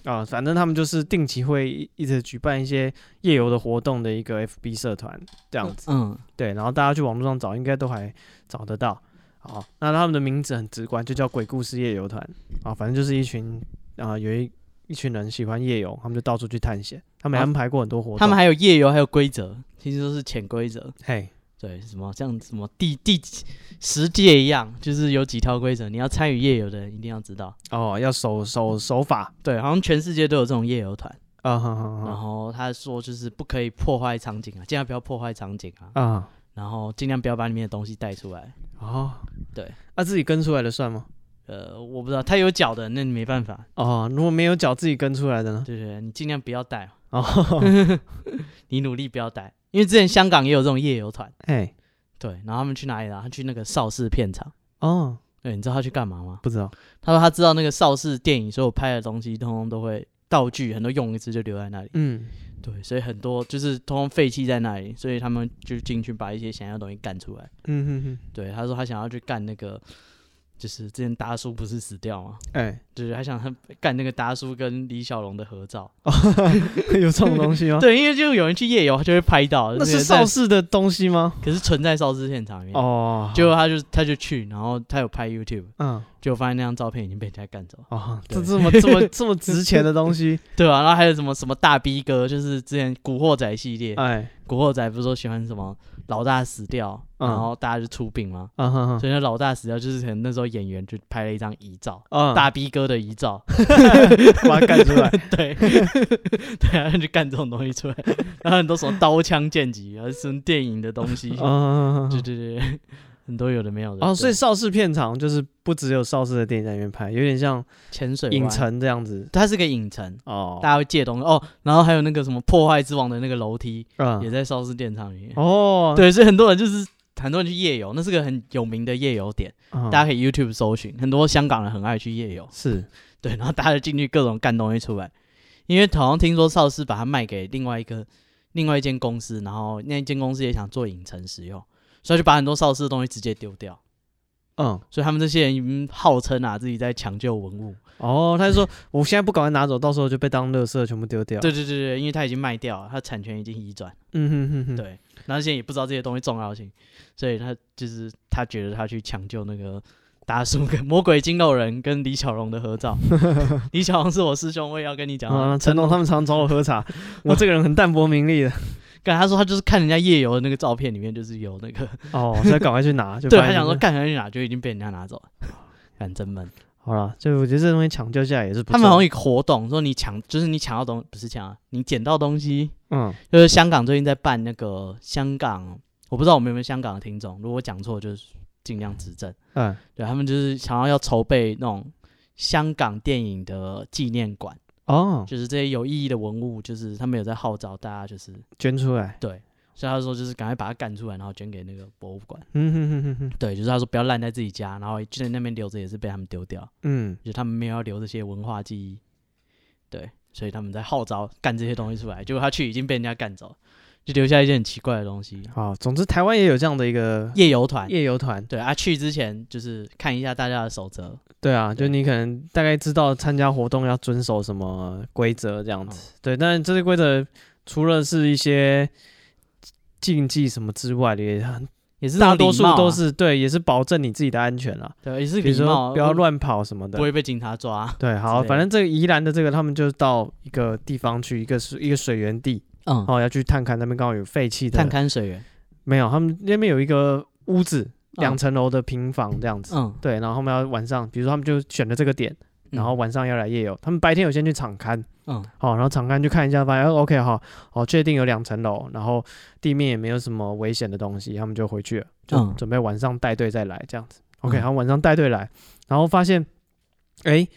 A: 啊。反正他们就是定期会一一直举办一些夜游的活动的一个 FB 社团这样子。
B: 嗯，
A: 对，然后大家去网络上找，应该都还找得到。啊，那他们的名字很直观，就叫鬼故事夜游团啊。反正就是一群啊，有一一群人喜欢夜游，他们就到处去探险。他们也
B: 啊
A: 安排过很多活动。
B: <laughs> 他们还有夜游，还有规则，听说是潜规则。
A: 嘿，
B: 对，什么像什么第第十届一样，就是有几条规则，你要参与夜游的人一定要知道。
A: 哦，要守守守法
B: 对，好像全世界都有这种夜游团。
A: 啊，哈哈哈
B: 然后他说就是不可以破坏场景啊，尽量不要破坏场景啊，
A: 啊，
B: 然后尽量不要把里面的东西带出来。
A: 哦，
B: 对，
A: 那、自己跟出来的算吗？
B: 呃，我不知道，他有脚的，那你没办法，
A: 哦，如果没有脚自己跟出来的呢？
B: 对不对？你尽量不要带， <laughs>
A: 哦，
B: 你努力不要带，因为之前香港也有这种夜游团，
A: 哎，
B: 对，然后他们去哪里啊了？他去那个邵氏片场。
A: 哦，
B: 对，你知道他去干嘛吗？
A: 不知道，
B: 他说他知道那个邵氏电影，所有拍的东西通通都会道具很多用一次就留在那里，
A: 嗯，
B: 对，所以很多就是通通废弃在那里，所以他们就进去把一些想要的东西干出来。
A: 嗯哼哼，
B: 对，他说他想要去干那个，就是之前达叔不是死掉吗？
A: 哎，
B: <laughs> 就是他想他干那个达叔跟李小龙的合照。
A: 有这种东西吗？
B: 对，因为就有人去夜游，他就会拍到，
A: 那
B: 就是在
A: 邵，氏的东西吗？
B: 可是存在邵氏现场里面。哦，
A: 哦，
B: 结果他就他就去，然后他有拍 YouTube，
A: 嗯，
B: 结果发现那张照片已经被人家干走了。
A: 哦，这
B: 对
A: 这么这么这么值钱的东
B: <laughs>
A: 西，
B: 对啊，然后还有什么什么大逼哥，就是之前《古惑仔》系列，
A: 哎，
B: 古惑仔》不是说喜欢什么老大死掉，
A: 嗯
B: 然后大家就出殡吗？
A: 啊哈
B: 所以那老大死掉，就是可能那时候演员就拍了一张遗照，
A: 哈，
B: 大逼哥的遗
A: <laughs>
B: 照，
A: 把它干出 <laughs> 来，
B: 对， <laughs> 对啊，就干这种东西出来，然后很多什么刀枪剑戟，还有什么电影的东西，
A: 嗯，
B: 对对对 <laughs> 对，很多有的没有的。
A: 哦，所以
B: 对
A: 邵氏片场就是不只有邵氏的电影在里面拍，有点像
B: 潜水
A: 影
B: 湾，
A: 城这样子，
B: 它是个影城，
A: 哦
B: 大，家会借东西哦，然后还有那个什么破坏之王的那个楼梯，也
A: 嗯，
B: 在邵氏电厂里面。
A: 哦，
B: 对，所以很多人就是很多人去夜游，那是个很有名的夜游点，
A: 嗯，
B: 大家可以 YouTube 搜寻，很多香港人很爱去夜游。
A: 是，
B: 对，然后大家就进去各种干东西出来，因为好像听说邵氏把它卖给另外一个另外一间公司，然后那一间公司也想做影城使用，所以就把很多邵氏的东西直接丢掉。
A: 嗯。
B: 所以他们这些人嗯号称啊自己在抢救文物，
A: 哦，他就说我现在不赶快拿走，到时候就被当垃圾全部丢掉。
B: 对对对对，因为他已经卖掉了，他产权已经移转，
A: 嗯哼哼哼，
B: 对，然后现在也不知道这些东西重要性，所以他就是他觉得他去抢救那个 <laughs> 达叔跟魔鬼筋肉人跟李小龙的合 <laughs> 照，李小龙是我师兄，我也要跟你讲
A: 啊，成龙他们常找我喝
B: <laughs>
A: 茶，我这个人很淡泊名利的。
B: 干，他说他就是看人家夜游的那个照片里面，就是有那个，
A: 哦，所以赶快去
B: <laughs>
A: 拿。就
B: 对
A: 发
B: 他
A: 现
B: 想说干人家去哪就已经被人家拿走了， <laughs> 干真闷。
A: 好了，就我觉得这东西抢救下来也是不错。
B: <laughs> 他们好像有一个活动，说你抢，就是你抢到东不是抢啊，你捡到东西，
A: 嗯
B: 就是香港最近在办那个香港，我不知道我们有没有香港的听众，如果我讲错就是尽量指正。
A: 嗯，
B: 对他们就是想要要筹备那种香港电影的纪念馆，
A: 哦，
B: 就是这些有意义的文物，就是他们有在号召大家，就是
A: 捐出来，
B: 所以他说就是赶快把它干出来，然后捐给那个博物馆。
A: 嗯哼哼哼哼，
B: 对，就是他说不要烂在自己家，然后就在那边留着也是被他们丢掉，
A: 嗯，
B: 就他们没有要留这些文化记忆。对，所以他们在号召干这些东西出来，结果他去已经被人家干走了，就留下一些很奇怪的东西。
A: 好，总之台湾也有这样的一个
B: 夜游团，
A: 夜游团，
B: 对啊，去之前就是看一下大家的守则，
A: 对啊，就
B: 对
A: 你可能大概知道参加活动要遵守什么规则这样
B: 嗯
A: 子，对，但这些规则除了是一些禁忌什么之外的，也很
B: 也是那
A: 大
B: 种
A: 多
B: 礼
A: 数
B: 貌啊
A: 都是对，也是保证你自己的安全啦，
B: 对，也是
A: 比如
B: 礼貌
A: 说
B: 啊，
A: 不要
B: 我
A: 乱跑什么的
B: 不。会被警察抓。
A: 对，
B: 之
A: 好，
B: 类的
A: 反正这个宜兰的这个，他们就到一个地方去，一个是一个水源地，
B: 嗯，
A: 哦，要去探勘，那边刚好有废弃的，
B: 探勘水源，
A: 没有，他们那边有一个屋子，
B: 嗯
A: 两层楼的平房这样子。
B: 嗯，
A: 对，然后他们要晚上，比如说他们就选了这个点，然后
B: 嗯
A: 晚上要来夜游。他们白天有先去场勘，
B: 嗯
A: 好、然后场勘去看一下，发现、哦 OK 好，好确定有两层楼，然后地面也没有什么危险的东西，他们就回去了，就
B: 嗯
A: 准备晚上带队再来这样子。OK，
B: 嗯
A: 然后晚上带队来，然后发现，哎，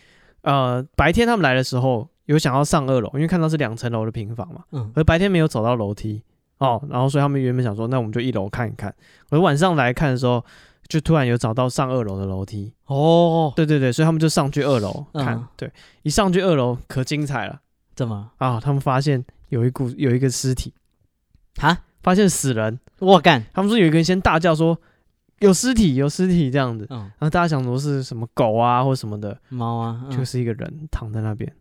A: 呃，白天他们来的时候有想要上二楼，因为看到是两层楼的平房嘛，
B: 嗯
A: 而白天没有走到楼梯哦，然后所以他们原本想说，那我们就一楼看一看。而晚上来看的时候，就突然有找到上二楼的楼梯，
B: 哦，
A: 对对对，所以他们就上去二楼
B: 嗯
A: 看。对，一上去二楼可精彩了
B: 怎么
A: 啊！他们发现有一股有一个尸体，
B: 哈？
A: 发现死人。
B: 我干，
A: 他们说有一个人先大叫说有尸体，有尸体这样子。
B: 嗯，
A: 然后大家想说是什么狗啊或什么的，
B: 猫啊，
A: 就
B: 嗯，
A: 是一个人躺在那边。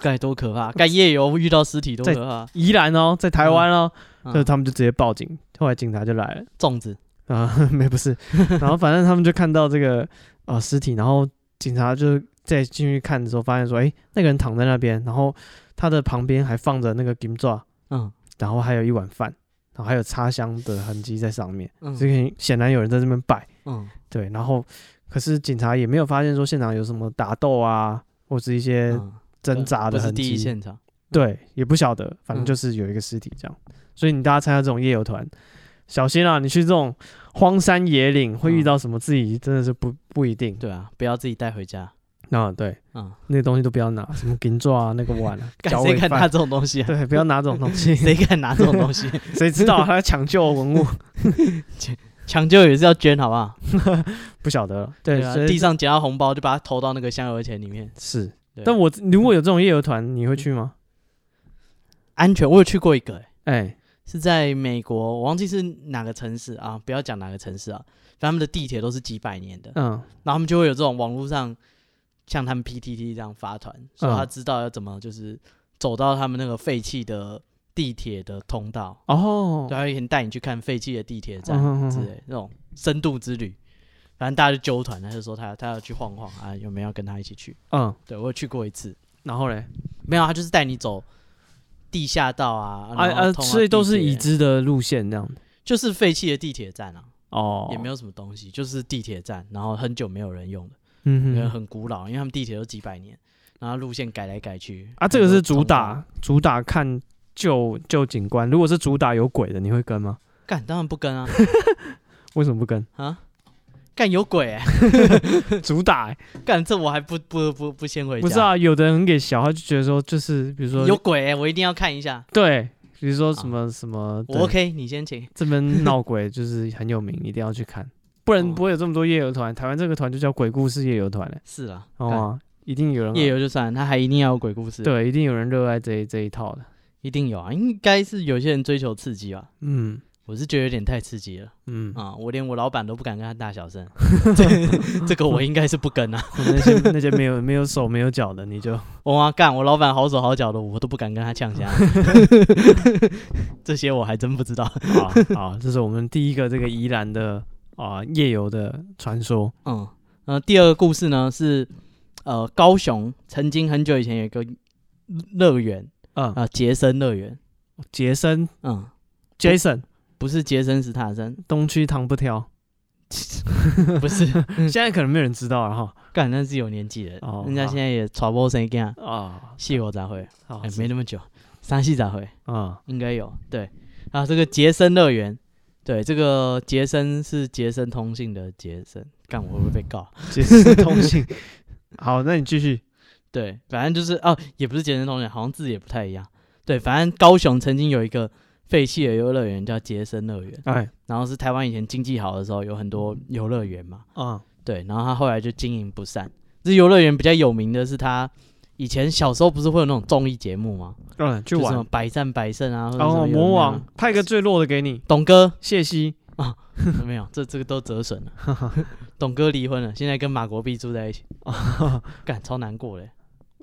B: 该多可怕！该夜游遇到尸体多
A: 在
B: 可怕！
A: 宜兰哦，在台湾哦，
B: 嗯
A: 就他们就直接报警，后来警察就来了。
B: 粽子，
A: 啊， <laughs> 没不是，然后反正他们就看到这个呃尸体，然后警察就再进去看的时候，发现说，哎，那个人躺在那边，然后他的旁边还放着那个金爪，
B: 嗯
A: 然后还有一碗饭，然后还有插香的痕迹在上面，
B: 嗯
A: 这个显然有人在这边拜，
B: 嗯
A: 对，然后可是警察也没有发现说现场有什么打斗啊，或是一些
B: 嗯，
A: 挣扎
B: 不
A: 的
B: 是
A: 痕
B: 第
A: 迹，
B: 一现场，
A: 对，也不晓得，反正
B: 嗯
A: 就是有一个尸体这样，所以你大家参加这种夜游团。小心啊！你去这种荒山野岭，会遇
B: 嗯
A: 到什么？自己真的是不不一定。
B: 对啊，不要自己带回家。
A: 啊，对，
B: 嗯，
A: 那个东西都不要拿，什么银座啊，那个碗啊，
B: <laughs> 干
A: 脚
B: 谁
A: 尾
B: 敢拿
A: 饭，
B: 这种东西啊？，
A: 对，不要拿这种东西
B: <laughs> 谁敢拿这种
A: <laughs>
B: 东西？
A: 谁知道啊他在抢救文
B: <laughs>
A: 物，
B: 抢救也是要捐，好不好？
A: 不晓得了。对，
B: 啊
A: 所，以
B: 地上捡到红包就把它投到那个香油钱里面，
A: 是
B: 对。嗯
A: 但我如果有这种夜游团，你会去吗？
B: 安全。我有去过一个，欸
A: 哎，
B: 是在美国，我忘记是哪个城市啊，不要讲哪个城市啊，反正他们的地铁都是几百年的，
A: 嗯
B: 然后他们就会有这种网络上像他们 PTT 这样发团，
A: 嗯
B: 说他知道要怎么就是走到他们那个废弃的地铁的通道，
A: 哦
B: 对，，啊他也带你去看废弃的地铁站
A: 嗯嗯嗯嗯
B: 之类那种深度之旅。反正大家就纠团，他就说他他要去晃晃啊，有没有要跟他一起去？
A: 嗯，
B: 对我有去过一次，
A: 然后嘞，
B: 没有，他就是带你走地下道啊，
A: 啊
B: 然后
A: 啊，
B: 通到
A: 所以都是
B: 地铁
A: 已知的路线这样的
B: 就是废弃的地铁站啊，
A: 哦，
B: 也没有什么东西，就是地铁站，然后很久没有人用的，因
A: 嗯
B: 为
A: 哼，
B: 很古老，因为他们地铁都几百年，然后路线改来改去
A: 啊，这个是
B: 很多
A: 主
B: 重
A: 打主打看旧旧景观，如果是主打有鬼的，你会跟吗？
B: 复干，当然不跟啊
A: 为什么不
B: <laughs>
A: 跟？
B: 啊，干有鬼、欸，
A: 主打欸
B: 干这我还不不不不先回家，
A: 不是，啊，有的人给小，他就觉得说，就是比如说
B: 有鬼、欸，我一定要看一下，
A: 对，比如说
B: 啊
A: 什么、什么，对
B: 我 <laughs> OK，你先请，
A: 这边闹鬼就是很有名，一定要去看，不然
B: 哦
A: 不会有这么多夜游团。台湾这个团就叫鬼故事夜游团嘞，
B: 是啊，
A: 好吗？一定有人
B: 干夜游就算了，他还一定要有鬼故事，，
A: 哦对，一定有人热爱这一这一套的。
B: 一定有啊，应该是有些人追求刺激吧，
A: 嗯
B: 我是觉得有点太刺激了
A: 嗯，
B: 啊、我连我老板都不敢跟他大小声， <laughs> 这这个我应该是不跟啊。
A: <laughs> 那些那些没有没有手没有脚的，你 <laughs> 就
B: 我妈干，我老板好手好脚的，我都不敢跟他呛 <laughs> 下。这些我还真不知道。
A: 好好，这是我们第一个这个宜兰的啊夜游的传说。
B: 嗯，呃，第二个故事呢是，呃，高雄曾经很久以前有一个乐园
A: 嗯，
B: 啊，杰森乐园。
A: 杰森
B: 嗯，
A: Jason
B: 不是杰森史塔 <laughs> 森，
A: 东区糖不挑，
B: 不是
A: 现在可能没有人知道了哈。
B: 干，那是有年纪的人，
A: 哦
B: 人家
A: 好
B: 现在也传播生干，
A: 啊，
B: 戏火咋会？
A: 好
B: 哎，没那么久，三戏咋会？
A: 啊，
B: 应该有对啊，这个杰森乐园对，这个杰森是杰森通信的杰森，干我会不会被告？
A: 杰森通信。 <laughs> 好，那你继续。
B: 对，反正就是哦，也不是杰森同学，好像字也不太一样。对，反正高雄曾经有一个废弃的游乐园叫杰森乐园，
A: 哎，
B: 然后是台湾以前经济好的时候有很多游乐园嘛，
A: 啊、
B: 对，然后他后来就经营不善。这游乐园比较有名的是他以前小时候不是会有那种综艺节目吗？
A: 嗯，去
B: 就什
A: 玩
B: 么。百战百胜啊，或者
A: 然
B: 什么
A: 后
B: 有的没
A: 魔
B: 有
A: 王派个最弱的给你，<laughs>
B: 董哥，
A: 谢希。
B: 没有，这这个都折损了。
A: <laughs>
B: 董哥离婚了，现在跟马国碧住在一起，干超难过嘞。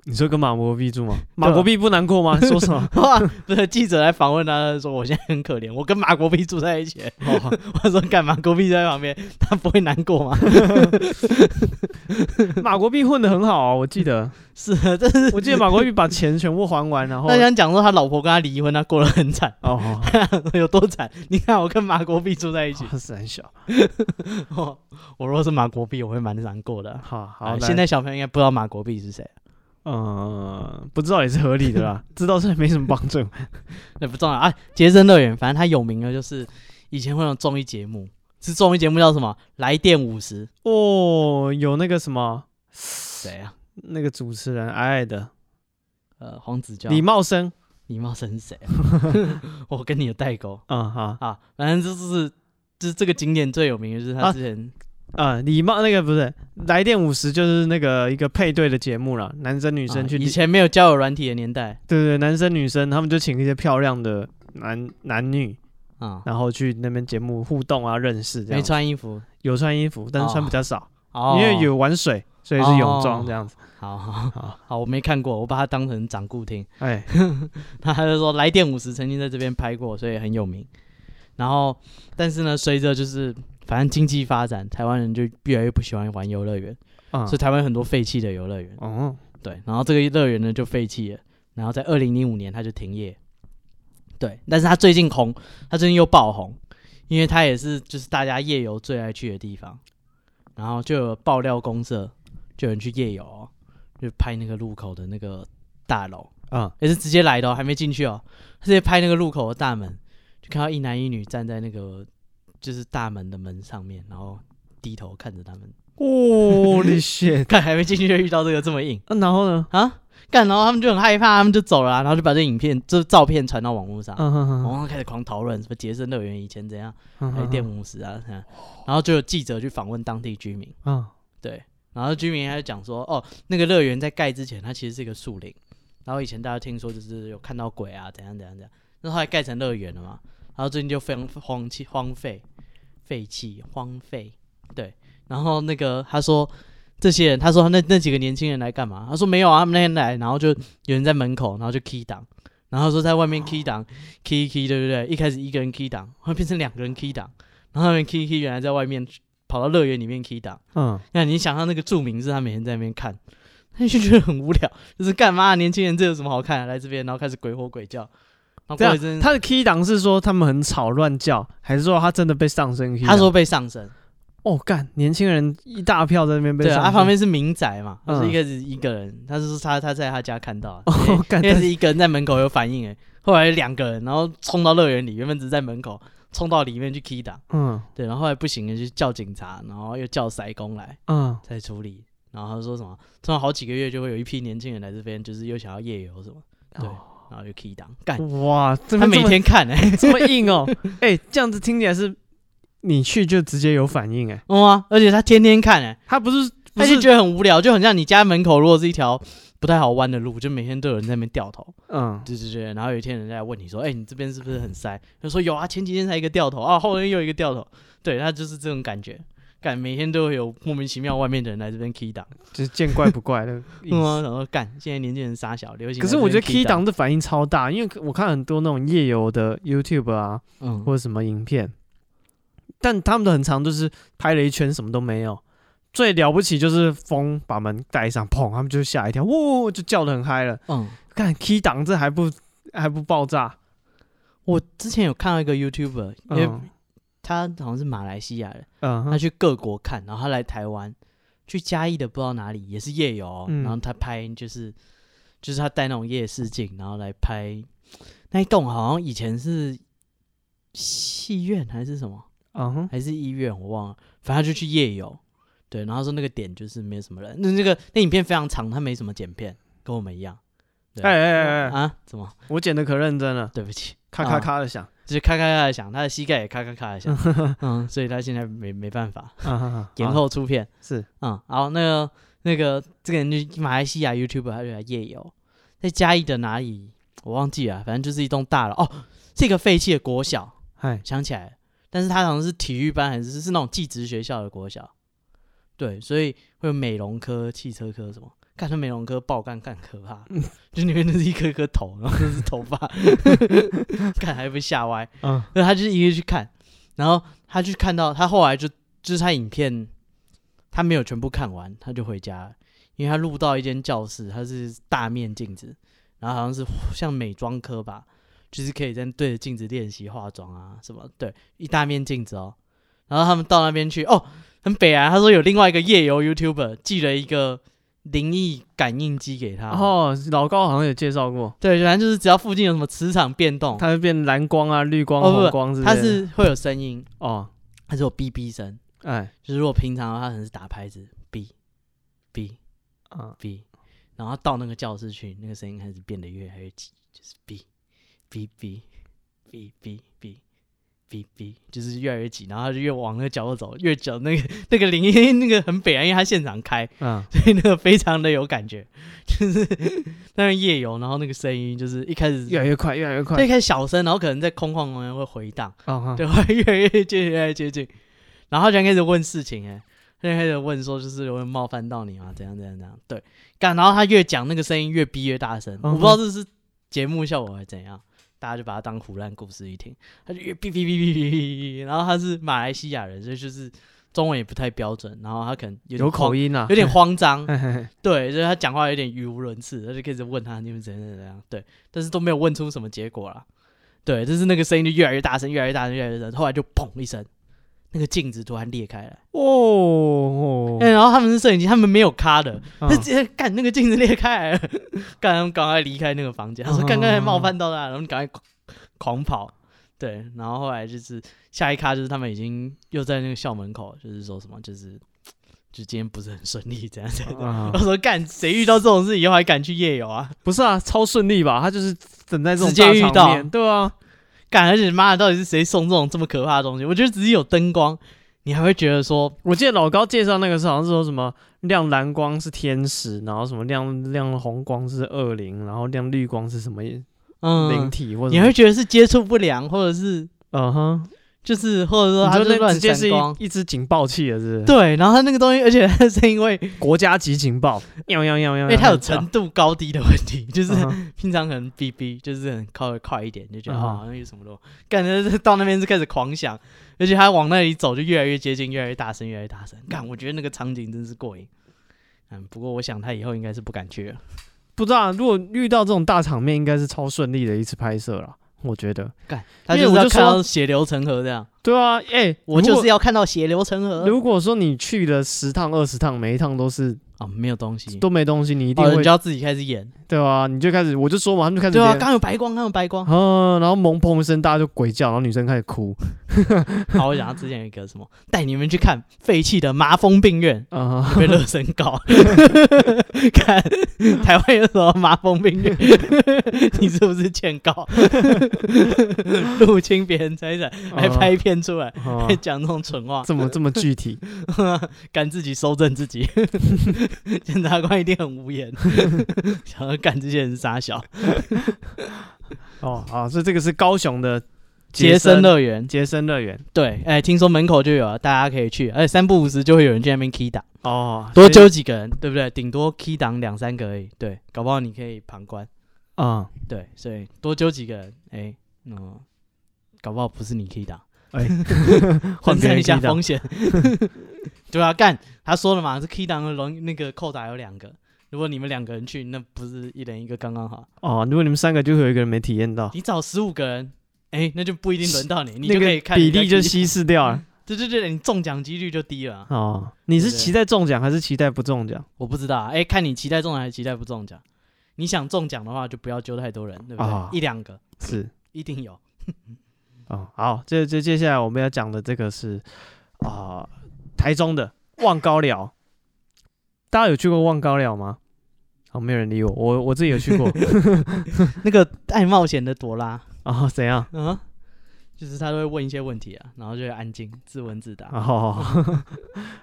A: 你说跟马国碧住吗？马国碧不难过吗？说什 <laughs> 么？
B: 哇， <laughs> 不是记者来访问他，他说我现在很可怜，我跟马国碧住在一起。
A: 哦
B: <laughs> 我说干嘛？国碧在旁边，他不会难过吗？ <laughs>
A: 马国碧混得很好啊，我记得，
B: 是啊，这是
A: 我记得马国碧把钱全部还完，然后
B: 他想讲说他老婆跟他离婚，他过得很惨， <laughs>
A: 哦哦，
B: 有多惨？你看我跟马国碧住在一起，
A: 哦是很小，
B: <laughs> 哦我如果是马国碧，我会蛮难过的啊。
A: 好好，
B: 哎
A: 来
B: 现在小朋友应该不知道马国碧是谁，
A: 嗯，不知道也是合理的啦，知道是没什么帮助。
B: 那不重要啊。杰森乐园，反正他有名的就是以前会有综艺节目，是综艺节目叫什么？来电五十，
A: 哦，有那个什么，
B: 谁啊？
A: 那个主持人矮矮的
B: 呃，黄子佼、
A: 李茂生，
B: 李茂生是谁啊？ <laughs> 我跟你有代沟
A: 嗯好，
B: 啊。反正这就是就是这个景点最有名的就是他
A: 啊
B: 之前
A: 啊，李茂那个不是来电五十，就是那个一个配对的节目啦，男生女
B: 女
A: 生去
B: 啊以前没有交友软体的年代
A: 对对，男生女生他们就请一些漂亮的男男女，
B: 啊，
A: 然后去那边节目互动啊，认识这
B: 没
A: 样。
B: 穿衣服，
A: 有穿衣服，但是穿
B: 哦
A: 比较少，
B: 哦，
A: 因为有啊玩水，所以是泳
B: 哦
A: 装这样子。
B: 好好
A: 好
B: 好，我没看过，我把它当成掌故听。 <laughs>
A: 哎，
B: 他就说来电五十曾经在这边拍过，所以很有名。然后，但是呢，随着就是反正经济发展，台湾人就越来越不喜欢玩游乐园，
A: 啊
B: 所以，台湾有很多废弃的游乐园。
A: 哦，
B: 对，然后这个乐园呢就废弃了，然后在二零零五年它就停业。对，但是它最近红，它最近又爆红，因为它也是就是大家夜游最爱去的地方，然后就有爆料公社，就有人去夜游、哦，就拍那个路口的那个大楼，
A: 啊，
B: 也是直接来的、哦，还没进去哦，直接拍那个路口的大门，就看到一男一女站在那个就是大门的门上面，然后低头看着他们， <laughs>
A: 哦， <laughs> 你 shit，
B: 看还没进去就遇到这个这么硬。
A: 啊然后呢？
B: 啊，干，然后他们就很害怕，他们就走了啊、然后就把这影片、这照片传到网络上，
A: 嗯哼哼
B: 网络
A: 哼
B: 上开始狂讨论什么杰森乐园以前怎样，
A: 嗯
B: 还有
A: 哼
B: 电
A: 哼，
B: 五十啊，怎样然后就有记者去访问当地居民，
A: 啊，
B: 对，然后居民还就讲说，哦，那个乐园在盖之前，它其实是一个树林，然后以前大家听说就是有看到鬼啊，怎样怎样怎样，那后来盖成乐园了嘛，然后最近就非常荒弃、荒废、废弃、荒废，对，然后那个他说。这些人，他说那那几个年轻人来干嘛？他说没有啊，他们那天来，然后就有人在门口，然后就 key 档，然后说在外面 key 档，key 一 key 对不对？一开始一个人 key 档，后来变成两个人 key 档，然后他们 key 一 key 原来在外面跑到乐园里面 key 档，
A: 嗯，
B: 那你想象那个著名是他每天在那边看， <laughs> 他就觉得很无聊，就是干嘛、年轻人这有什么好看、啊来这边，然后开始鬼吼鬼叫，然后
A: 这
B: 过一
A: 样，
B: 阵，
A: 他的 key 档是说他们很吵乱叫，还是说他真的被上身 key 档？
B: 他说被上身，
A: 哦，干，年轻人一大票在那边被
B: 对
A: 上
B: 啊，
A: 身，
B: 他旁边是民宅嘛，他是
A: 嗯
B: 一开始一个人，他是说他他在他家看到，
A: 哦，干
B: <laughs> 因，为是一个人在门口有反应哎，后来两个人，然后冲到乐园里，原本只在门口，冲到里面去 key 打，
A: 嗯
B: 对，然后后来不行了就叫警察，然后又叫塞工来
A: 嗯，
B: 再处理，然后他说什么，通常好几个月就会有一批年轻人来这边，就是又想要夜游什么，对
A: 哦
B: 然后就 key 档干。
A: 哇，这
B: 他
A: 边
B: 每
A: 这么
B: 天
A: <laughs>
B: 看哎、欸，
A: 这么硬
B: <laughs>
A: 哦，哎，这样子听起来是，你去就直接有反应哎，
B: 哇、而且他天天看哎、
A: 他不是不
B: 他就是觉得很无聊，就很像你家门口如果是一条不太好弯的路，就每天都有人在那边掉头，
A: 嗯
B: 对对对，然后有一天人家来问你说，哎、你这边是不是很塞？他说有啊，前几天才一个掉头啊，后天又一个掉头，对他就是这种感觉。干每天都会有莫名其妙外面的人来这边 key 档，
A: 就是见怪不怪
B: <laughs>
A: 的意
B: 嗯啊，
A: 思。
B: 然后干现在年轻人傻小，流行。
A: 可是我觉得 key
B: key
A: 档
B: 档，
A: 的反应超大，因为我看很多那种夜游的 YouTube 啊，
B: 嗯，
A: 或者什么影片，但他们的很长就是拍了一圈什么都没有，最了不起就是风把门带上，砰，他们就吓一跳，哇，就叫的很嗨了。
B: 嗯，
A: 看 key 档这还不还不爆炸，
B: 我之前有看到一个 YouTuber，因为
A: 嗯
B: 他好像是马来西亚人，
A: 嗯
B: 他
A: 哼，
B: 去各国看，然后他来台湾，去嘉义的不知道哪里也是夜游哦、
A: 嗯
B: 然后他拍就是就是他带那种夜视镜，然后来拍那一栋好像以前是戏院还是什么，
A: 嗯哼，
B: 还是医院，我忘了，反正他就去夜游，对，然后说那个点就是没有什么人，那那个那影片非常长，他没什么剪片，跟我们一样对
A: 哎哎哎哎，
B: 啊，怎么？
A: 我剪的可认真了，
B: 对不起，
A: 咔咔咔的响，
B: 就是咔咔咔的响，他的膝盖也咔咔咔的响，
A: <laughs>
B: 嗯，所以他现在没没办法
A: 嗯哼哼
B: 啊延
A: 好
B: 后出片，
A: 是
B: 嗯，好，那个那个这个人就马来西亚 YouTube 他就来夜游，在嘉义的哪里我忘记了，反正就是一栋大楼哦，这个废弃的国小，
A: 嗨，
B: 想起来了，但是他好像是体育班还是是那种技职学校的国小，对，所以会有美容科、汽车科什么。干他美容科爆干干可怕，就里面那是一颗颗头，然后那是头发， <laughs> 干还被吓歪。
A: 嗯
B: 对，他就是一个去看，然后他去看到他后来就就是他影片，他没有全部看完，他就回家了，因为他录到一间教室，他是大面镜子，然后好像是像美妆科吧，就是可以在对着镜子练习化妆啊什么，对，一大面镜子哦，然后他们到那边去，哦，很北啊，他说有另外一个夜游 YouTuber 寄了一个灵异感应机给他，
A: 然后哦老高好像也介绍过，
B: 对，反正就是只要附近有什么磁场变动，
A: 它会变蓝光啊、绿光、
B: 哦不
A: 红光之类的。
B: 它是会有声音，
A: 哦，
B: 它是有哔哔声。
A: 哎，
B: 就是如果平常的话，他可能是打拍子 B B
A: 啊，
B: B，然后到那个教室去，那个声音开始变得越来越急，就是 B B B B B B B B，就是越来越急，然后他就越往那个角落走，越走那个那个铃，因为 <laughs> 那个很北啊，因为他现场开，
A: 嗯，
B: 所以那个非常的有感觉，就是那个夜游，然后那个声音就是一开始
A: 越来越快，越来越快
B: 对。一开始小声，然后可能在空旷中间会回荡。
A: 哦，
B: 对， <laughs> 会越来越接近，越来越接近。然后他就开始问事情、哎，他就开始问说，就是有没有冒犯到你啊？怎样怎样怎样？对，干，然后他越讲那个声音越逼越大声，我不知道这是节目效果还是怎样，大家就把它当胡乱故事一听，他就越哔哔哔哔哔哔哔，然后他是马来西亚人，所以就是中文也不太标准，然后他可能有
A: 有口
B: 音，
A: 音啊，
B: 有点慌张，
A: 嘿嘿嘿
B: 对，就是他讲话有点语无伦次，他就开始问他你们怎样怎样，对，但是都没有问出什么结果啦。对，就是那个声音就越来越大声，越来越大声，越来越大声，后来就砰一声，那个镜子突然裂开来。
A: 哦，
B: 嗯，然后他们是摄影机，他们没有咔的，
A: 嗯
B: 他直接干那个镜子裂开来了，干他们赶快离开那个房间。他说
A: 嗯
B: 刚刚还冒犯到他，然后赶快狂狂跑。对，然后后来就是下一咖就是他们已经又在那个校门口，就是说什么就是就今天不是很顺利，这样这样。 <laughs>
A: 啊
B: 我，说干，谁遇到这种事以后还敢去夜游啊？
A: 不是啊，超顺利吧？他就是等在这种
B: 直接
A: 大
B: 遇
A: 场
B: 到
A: 面对啊，
B: 干，而且妈的，到底是谁送这种这么可怕的东西？我觉得只是有灯光，你还会觉得说，
A: 我记得老高介绍那个是好像是说什么亮蓝光是天使，然后什么亮亮红光是恶灵，然后亮绿光是什么灵
B: 嗯，
A: 体或者
B: 你
A: 什么
B: 会觉得是接触不良，或者是
A: 嗯哼，
B: 就是或者说
A: 你
B: 它
A: 说
B: 是
A: 那
B: 乱
A: 直接是
B: 闪光。
A: 一一只警报器了，是不是？
B: 对，然后它那个东西，而且它的声音会，
A: 国家级警
B: <laughs>
A: 报，喵喵喵喵，
B: 因为哎它
A: 嗯
B: 有
A: 很吵
B: 程度高低的问题， <laughs> 就是
A: 嗯哼
B: 平常可能哔哔，就是很靠得快一点，就觉
A: 嗯
B: 得啊、
A: 哼
B: 好像有什么东西，感觉到那边就开始狂响，而且他往那里走就越来越接近，越来越大声，越来越大
A: 嗯
B: 声。干，我觉得那个场景真是过瘾。嗯，不过我想他以后应该是不敢去了。
A: 不知道、啊，如果遇到这种大场面，应该是超顺利的一次拍摄啦。我觉得。
B: 干，他
A: 因
B: 就
A: 为
B: 是
A: 我
B: 要
A: 就
B: 看
A: 说
B: 到血流成河这样，
A: 对啊，哎、
B: 我就是
A: 要。
B: 要看到血流成河。
A: 如果说你去了十趟、二十趟，每一趟都是
B: 啊、没有东西，
A: 都没东西，你一定
B: 哦，
A: 会、
B: 你就要自己开始演。
A: 对啊，你就开始，我就说嘛，他们就开始
B: 对啊，
A: 连
B: 刚有白光，刚有白光。
A: 嗯，然后萌砰一声，大家就鬼叫，然后女生开始
B: <laughs>
A: 哭，
B: 好，我想到之前有一个什么，带你们去看废弃的麻风病院。
A: 啊、
B: <laughs> 被热身高，看台湾有什么麻风病院？你是不是欠告？入侵别人财产，
A: 哦
B: 还拍片出来，
A: 啊
B: 还讲这种蠢话， <laughs>
A: 这么这么具体，
B: 敢自己搜证自己？检察官一定很无言，想要干这些人傻小。
A: 哦，好，所以这个是高雄的
B: 杰森
A: 乐
B: 乐园，
A: 杰森乐园
B: 对，哎、听说门口就有，大家可以去，而且三不五时就会有人去那边 key 打，
A: 哦，
B: 多
A: 所以
B: 揪几个人，对不对？顶多 key 档两三个而已，对，搞不好你可以旁观。
A: 啊？
B: 对，所以多揪几个人，哎、嗯，搞不好不是你可以打， <laughs>
A: 哎、 <laughs> 换
B: 分
A: 别
B: 散
A: 人
B: 一下
A: key 档
B: 风险。 <laughs> 对啊，干，他说了嘛，这 key 档的容那个扣打有两个，如果你们两个人去，那不是一人一个刚刚好，
A: 哦，如果你们三个就会有一个人没体验到，
B: 你找十五个人。哎、那就不一定轮到你，你
A: <laughs> 那
B: 就可以
A: 个
B: 看
A: 比
B: 人家
A: 例就
B: key-
A: 稀释掉
B: <laughs>
A: 了。
B: 对对对，你中奖几率就低了啊。
A: 哦，你是
B: 对不对
A: 期待中奖还是期待不中奖？
B: 我不知道啊，哎、看你期待中奖还是期待不中奖。你想中奖的话，就不要揪太多人，对不对？
A: 啊
B: 一两个
A: 是
B: 一定有。
A: 哦，好，这这接下来我们要讲的这个是啊、台中的望高寮，大家有去过望高寮吗？哦，没有人理我，我我自己有去 <laughs> 过
B: 那个爱冒险的朵拉，
A: 哦，怎样？
B: 嗯哼，就是他都会问一些问题啊，然后就会安静自问自答。
A: 哦， <laughs> 好好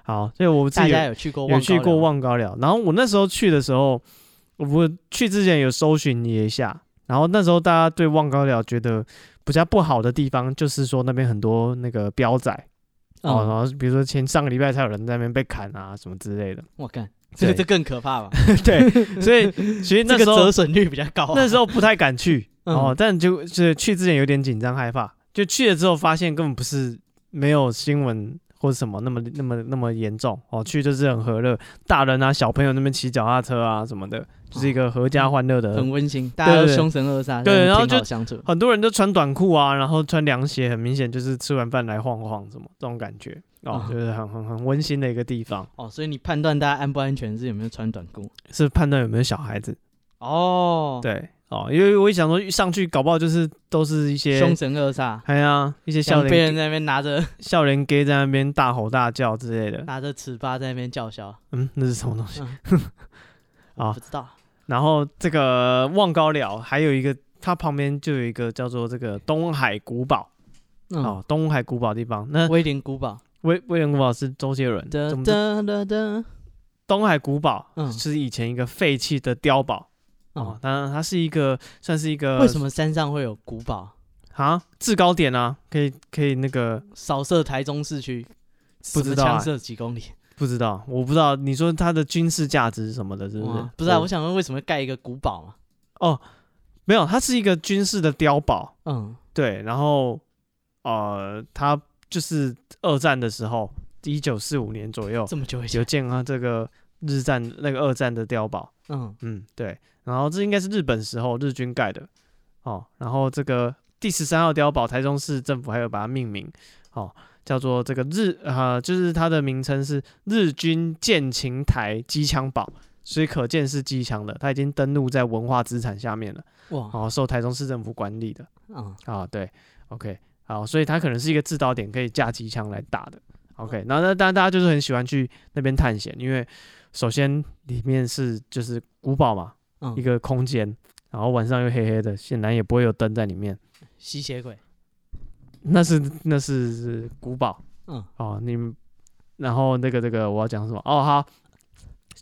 A: 好，所以我自
B: 大
A: 己有
B: 家有去过
A: 有
B: 望
A: 去
B: 高
A: 过
B: 寮吗，
A: 望高寮，然后我那时候去的时候，我去之前有搜寻一下，然后那时候大家对望高寮觉得比较不好的地方，就是说那边很多那个彪仔、哦，然
B: 嗯，
A: 后比如说前上个礼拜才有人在那边被砍啊什么之类的，
B: 我看这个
A: 对
B: 这更可怕吧？
A: <laughs> 对，所
B: <laughs>
A: 以其实
B: 这
A: 那
B: 个
A: 时候
B: 折损率比较高啊。
A: 那时候不太敢去
B: <laughs> 嗯
A: 哦，但就是去之前有点紧张害怕，就去了之后发现根本不是没有新闻或者什么那么那么那么严重哦，去就是很和乐，大人啊小朋友那边骑脚踏车啊什么的，就是一个合家欢乐的。
B: <laughs> 很温馨，大家都
A: 对对
B: 凶神恶煞，
A: 对
B: 但是
A: 然后
B: 挺
A: 就
B: 好相处。
A: 很多人都穿短裤啊，然后穿凉鞋，很明显就是吃完饭来晃晃，什么这种感觉哦，
B: 嗯
A: 就是很很很温馨的一个地方。
B: 哦，所以你判断大家安不安全是有没有穿短裤？
A: 是判断有没有小孩子，
B: 哦，，
A: 对哦，因为我一想说上去搞不好就是都是一些
B: 凶，神恶煞，
A: 哎呀，一些笑
B: 像被
A: 脸
B: 人在那边拿着
A: 笑脸 gay 在那边大吼大叫之类的。
B: 拿着笞笆在那边叫嚣，
A: 嗯，那是什
B: <laughs>
A: 么东西？
B: 我
A: 啊
B: 不知道。
A: 然后这个望高寮还有一个，它旁边就有一个叫做这个东海古堡、
B: 嗯，
A: 哦，东海古堡地方。那
B: 威廉古堡，
A: 威威廉古堡是周杰伦，
B: 哒
A: 怎么知
B: 哒哒哒，
A: 东海古堡
B: 嗯
A: 是以前一个废弃的碉堡哦呃
B: 哦，，
A: 它它是一个算是一个
B: 为什么山上会有古堡？
A: 啊制高点啊？可以可以那个
B: 扫射台中市区，
A: 不
B: 什
A: 知
B: 么
A: 道
B: 枪
A: 哎
B: 射几公里？
A: 不知道，我不知道你说它的军事价值是什么的，是不是
B: 哇？不是啊，
A: 我
B: 我想问为什么会盖一个古堡啊嘛？
A: 哦没有，它是一个军事的碉堡。
B: 嗯，
A: 对，然后呃，他就是二战的时候，一九四五年左右
B: 这么久
A: 哦
B: 以
A: 有
B: 前，
A: 建啊这个日战那个二战的碉堡，
B: 嗯，
A: 嗯，对，然后这应该是日本时候日军盖的哦，然后这个第十三号碉堡，台中市政府还有把它命名哦，叫做这个日呃，就是它的名称是日军舰琴台机枪堡。所以可见是机枪的，它已经登录在文化资产下面了，
B: 哇，
A: 哦，受台中市政府管理的。
B: 嗯，
A: 啊，对，OK，好，所以它可能是一个制导点，可以架机枪来打的。OK，然后
B: 嗯
A: 那当然大家就是很喜欢去那边探险，因为首先里面是就是古堡嘛，
B: 嗯
A: 一个空间，然后晚上又黑黑的，显然也不会有灯在里面。
B: 吸血鬼，
A: 那是那是是古堡
B: 嗯，
A: 哦，你们然后那个这个我要讲什么？哦，好，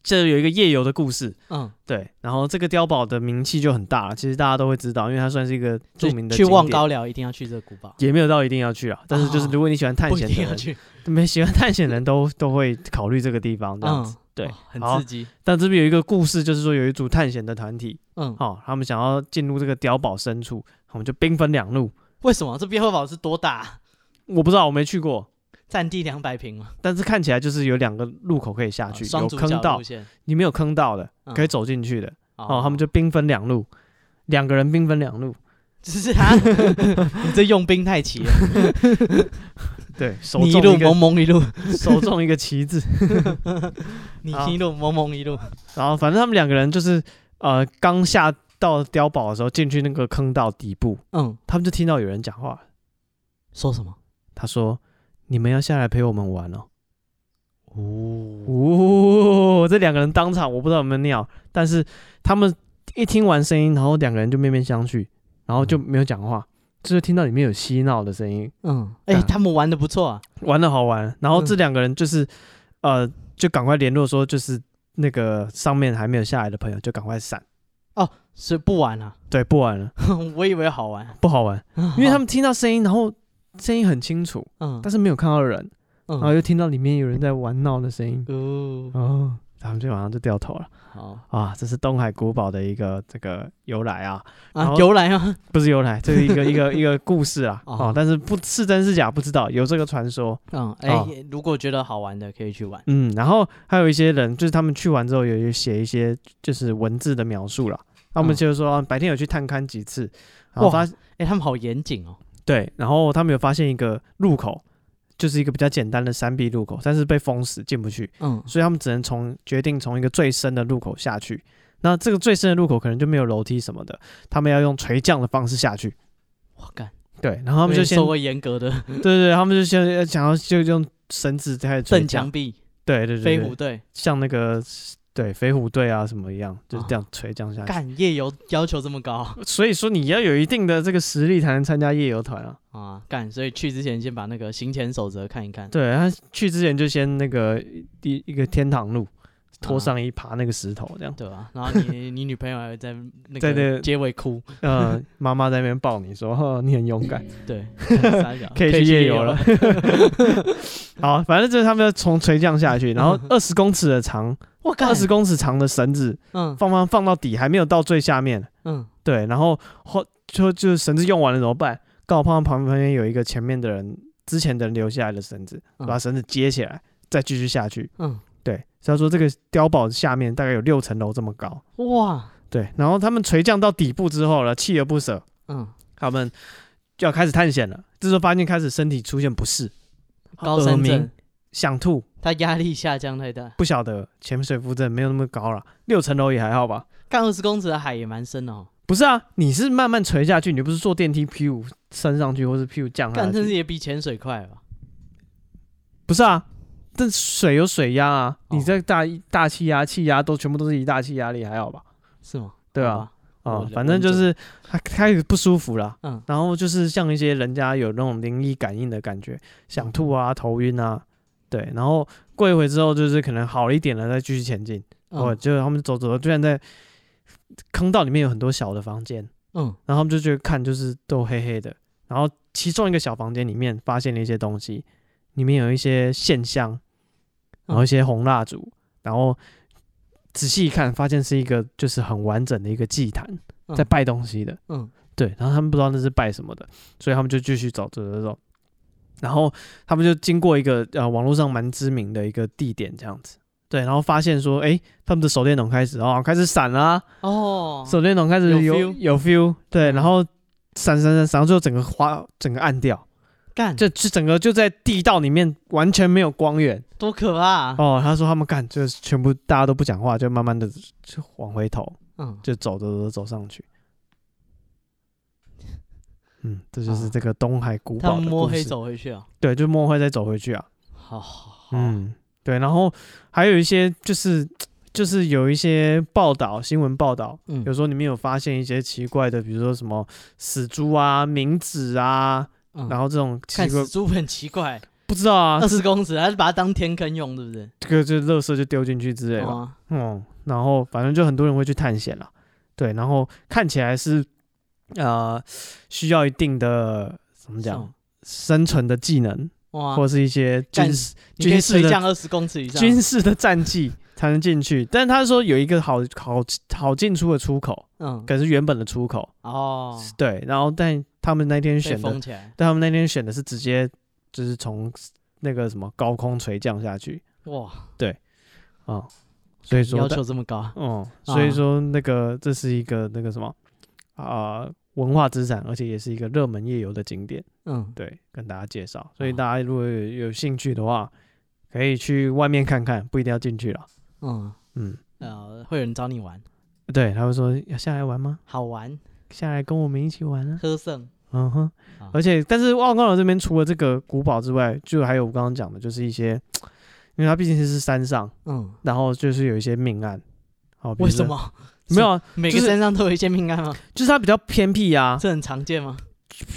A: 这有一个夜游的故事，
B: 嗯，
A: 对，然后这个碉堡的名气就很大了，其实大家都会知道，因为它算是一个著名的
B: 去
A: 景
B: 望
A: 点
B: 高寮一定要去这个古堡，
A: 也没有到一定要去啊，但是就是如果你喜欢探
B: 哦不一
A: 险的
B: 定要
A: 人，
B: 去，
A: 没喜欢探险的人
B: <laughs>
A: 都都会考虑这个地方这样子。
B: 嗯，
A: 对
B: 哇很
A: 好
B: 刺激，
A: 但这边有一个故事，就是说有一组探险的团体，
B: 嗯，
A: 哦，他们想要进入这个碉堡深处，我们就兵分两路。
B: 为什么这边后堡是多大啊？ <laughs>
A: 我不知道，我没去过，
B: 占地两百平嘛，
A: 但是看起来就是有两个路口可以下啊去，
B: 哦双
A: 有
B: 主
A: 坑
B: 角
A: 道
B: 路，线，
A: 你没有坑道的
B: 嗯
A: 可以走进去的。
B: 哦
A: 哦，他们就兵分两路，两个人兵分两路，
B: 只
A: <laughs>
B: 是他，你这用兵太齐了， <laughs>
A: 对，手
B: 你
A: 中
B: 一
A: 一
B: 路蒙
A: 个啊
B: 蒙
A: <laughs>
B: 一路，
A: 手中一个旗帜，
B: 你
A: 好
B: 一路蒙蒙一路，
A: 然后反正他们两个人就是呃刚下到碉堡的时候进去那个坑道底部，
B: 嗯，
A: 他们就听到有人讲话，
B: 说什么？
A: 他说：“你们要下来陪我们玩哦。”
B: 哦，
A: 哦，这两个人当场我不知道有没有尿，但是他们一听完声音，然后两个人就面面相觑，然后就没有讲话，就是听到里面有嬉闹的声音，
B: 嗯，哎，
A: 干
B: 他们玩的不错啊，
A: 玩的好玩。然后这两个人就是、呃，就赶快联络说，就是那个上面还没有下来的朋友就赶快闪，
B: 是不玩啊？ <laughs>
A: 对，不玩了，
B: 我以为好玩，啊
A: 不好玩，因
B: 因
A: 为他们听到声音，然后声音很清楚，
B: 啊嗯，
A: 但是没有看到人，然后
B: 嗯，
A: 又听到里面有人在玩闹的声音，
B: 哦，
A: 哦，他们就马上就掉头了。
B: 好
A: 啊，这是东海古堡的一个这个由来啊，然
B: 啊，
A: 后
B: 游览啊，
A: 不是由来，这是一
B: <laughs>
A: 个一个一个故事啊，
B: 哦
A: 哦，但是不是真是假不知道，有这个传说，
B: 嗯，
A: 哦
B: 哎，如果觉得好玩的可以去玩，
A: 嗯，然后还有一些人就是他们去完之后有有写一些就是文字的描述啦，他们
B: 嗯
A: 就是说、啊白天有去探勘几次，然后
B: 哇
A: 发
B: 哎，他们好严谨哦，
A: 对，然后他们有发现一个入口，就是一个比较简单的山壁入口，但是被封死进不去，
B: 嗯，
A: 所以他们只能从决定从一个最深的入口下去。那这个最深的入口可能就没有楼梯什么的，他们要用垂降的方式下去。
B: 我干，
A: 对，然后他们就
B: 因为
A: 先
B: 受过严格的
A: 对对对，他们就先呃想要就用绳子开始
B: 邓
A: 捶
B: 墙
A: 墙，
B: 壁、
A: 对对对
B: 飞
A: 对
B: 虎队。
A: 像那个对飞虎队啊什么一样，就是这样捶这样下去。
B: 干夜游要求这么高
A: 所以说你要有一定的这个实力才能参加夜游团啊。
B: 啊！干，所以去之前先把那个行前守则看一看。
A: 对他去之前就先那个第一个天堂路脱
B: 啊
A: 上衣爬那个石头这样，
B: 对吧？然后你 <laughs> 你女朋友还会在那
A: 在那
B: 个结尾哭，
A: 呃，妈妈在那边抱你说 <laughs> 呵你很勇敢，
B: 对，傻小
A: <laughs> 可以去夜游了。 <laughs>
B: 可以去
A: 好，反正就是他们要从垂降下
B: <laughs>
A: 去，然后二十公尺的长，
B: 我靠，
A: 二十公尺长的绳子
B: 嗯
A: 放放放到底，还没有到最下面，
B: 嗯，
A: 对，然后后就就是绳子用完了怎么办？刚好碰到旁旁边有一个前面的人，之前的人留下来的绳子，
B: 嗯
A: 把绳子接起来，再继续下去。
B: 嗯，
A: 对，所以他说这个碉堡下面大概有六层楼这么高。
B: 哇，
A: 对，然后他们垂降到底部之后了，锲而不舍，
B: 嗯，
A: 他们就要开始探险了。这时候发现开始身体出现不适，
B: 高
A: 耳
B: 山
A: 鸣
B: 症，，
A: 想吐，
B: 他压力下降太大，
A: 不晓得潜水夫症没有那么高了，六层楼也还好吧？
B: 干二十公尺的海也蛮深的哦，
A: 不是啊，你是慢慢垂下去，你不是坐电梯屁股升上去，或是屁股降下
B: 干真
A: 去？
B: 是也比潜水快吧？
A: 不是啊，但水有水压啊，
B: 哦
A: 你这大大气压、气压都全部都是一大气压力，还好吧？
B: 是吗？
A: 对
B: 好
A: 啊，
B: 吧，
A: 啊、
B: 我
A: 反正就是他开始不舒服了，
B: 嗯
A: 然后就是像一些人家有那种灵异感应的感觉，
B: 嗯
A: 想吐啊、头晕啊，对，然后过一会之后就是可能好了一点了，再继续前进。哦，
B: 嗯
A: 就是他们走走，居然在坑道里面有很多小的房间，
B: 嗯
A: 然后他们就觉得看就是都黑黑的，然后其中一个小房间里面发现了一些东西，里面有一些线香，然
B: 嗯
A: 后一些红蜡烛，然后仔细一看，发现是一个就是很完整的一个祭坛，
B: 嗯
A: 在拜东西的，
B: 嗯
A: 对，然后他们不知道那是拜什么的，所以他们就继续走走走走，然后他们就经过一个呃网络上蛮知名的一个地点这样子，对，然后发现说，诶，他们的手电筒开始哦开始闪啦、
B: 哦，
A: 手电筒开始有
B: 有 feel
A: 有 feel，对，
B: 嗯
A: 然后闪闪闪闪，然后最后整个花整个暗掉，
B: 干
A: 就就整个就在地道里面完全没有光源
B: 多可怕啊！
A: 哦。他说他们干就是全部大家都不讲话，就慢慢的就往回头
B: 嗯，
A: 就走走走走上去。嗯，这就是
B: 啊
A: 这个东海古
B: 他
A: 堡
B: 们
A: 的
B: 摸
A: 故
B: 黑
A: 事。
B: 走回去啊，
A: 对，就摸黑再走回去啊。
B: 好好好，
A: 嗯，对，然后还有一些就是就是有一些报道，新闻报道，
B: 嗯
A: 有时候你们有发现一些奇怪的，比如说什么死猪啊、冥纸啊，
B: 嗯
A: 然后这种奇
B: 看
A: 怪
B: 死呃猪很奇怪，
A: 不知道啊
B: 二，十公尺，还是把它当天坑用，对不对？
A: 这个就垃圾就丢进去之类的吧，
B: 啊，
A: 嗯，然后反正就很多人会去探险了，对，然后看起来是呃需要一定的怎么
B: 是
A: 讲
B: 吗
A: 生存的技能，
B: 哇，
A: 或是一些军
B: 干
A: 事
B: 你可以
A: 军事
B: 水
A: 的
B: 降二十公尺以上，
A: 军事的战绩才能进去，但他说有一个好好好进出的出口，
B: 嗯
A: 可是原本的出口，
B: 哦，
A: 对，然后但他们那天
B: 被
A: 选的
B: 封起来，
A: 但他们那天选的是直接就是从那个什么高空垂降下去
B: 哇，
A: 啊、所以说
B: 要
A: 的，
B: 求这么高，
A: 嗯，所以说那个这是一个那个什么啊、文化资产，而且也是一个热门夜游的景点，
B: 嗯，
A: 对，跟大家介绍。
B: 哦
A: 所以大家如果有有兴趣的话，可以去外面看看，不一定要进去了。
B: 嗯，
A: 嗯，
B: 呃，会有人找你玩，
A: 对，他会说要下来玩吗？
B: 好玩，
A: 下来跟我们一起玩啊。
B: 喝剩，
A: 嗯哼
B: 啊，
A: 而且但是望高楼这边除了这个古堡之外，就还有我刚刚讲的，就是一些，因为它毕竟是山上，
B: 嗯，
A: 然后就是有一些命案。好，比如
B: 为
A: 说？
B: 什么
A: 没有啊，
B: 每个
A: 就是
B: 山上都有一些命案吗？
A: 就是它比较偏僻啊，
B: 这很常见吗？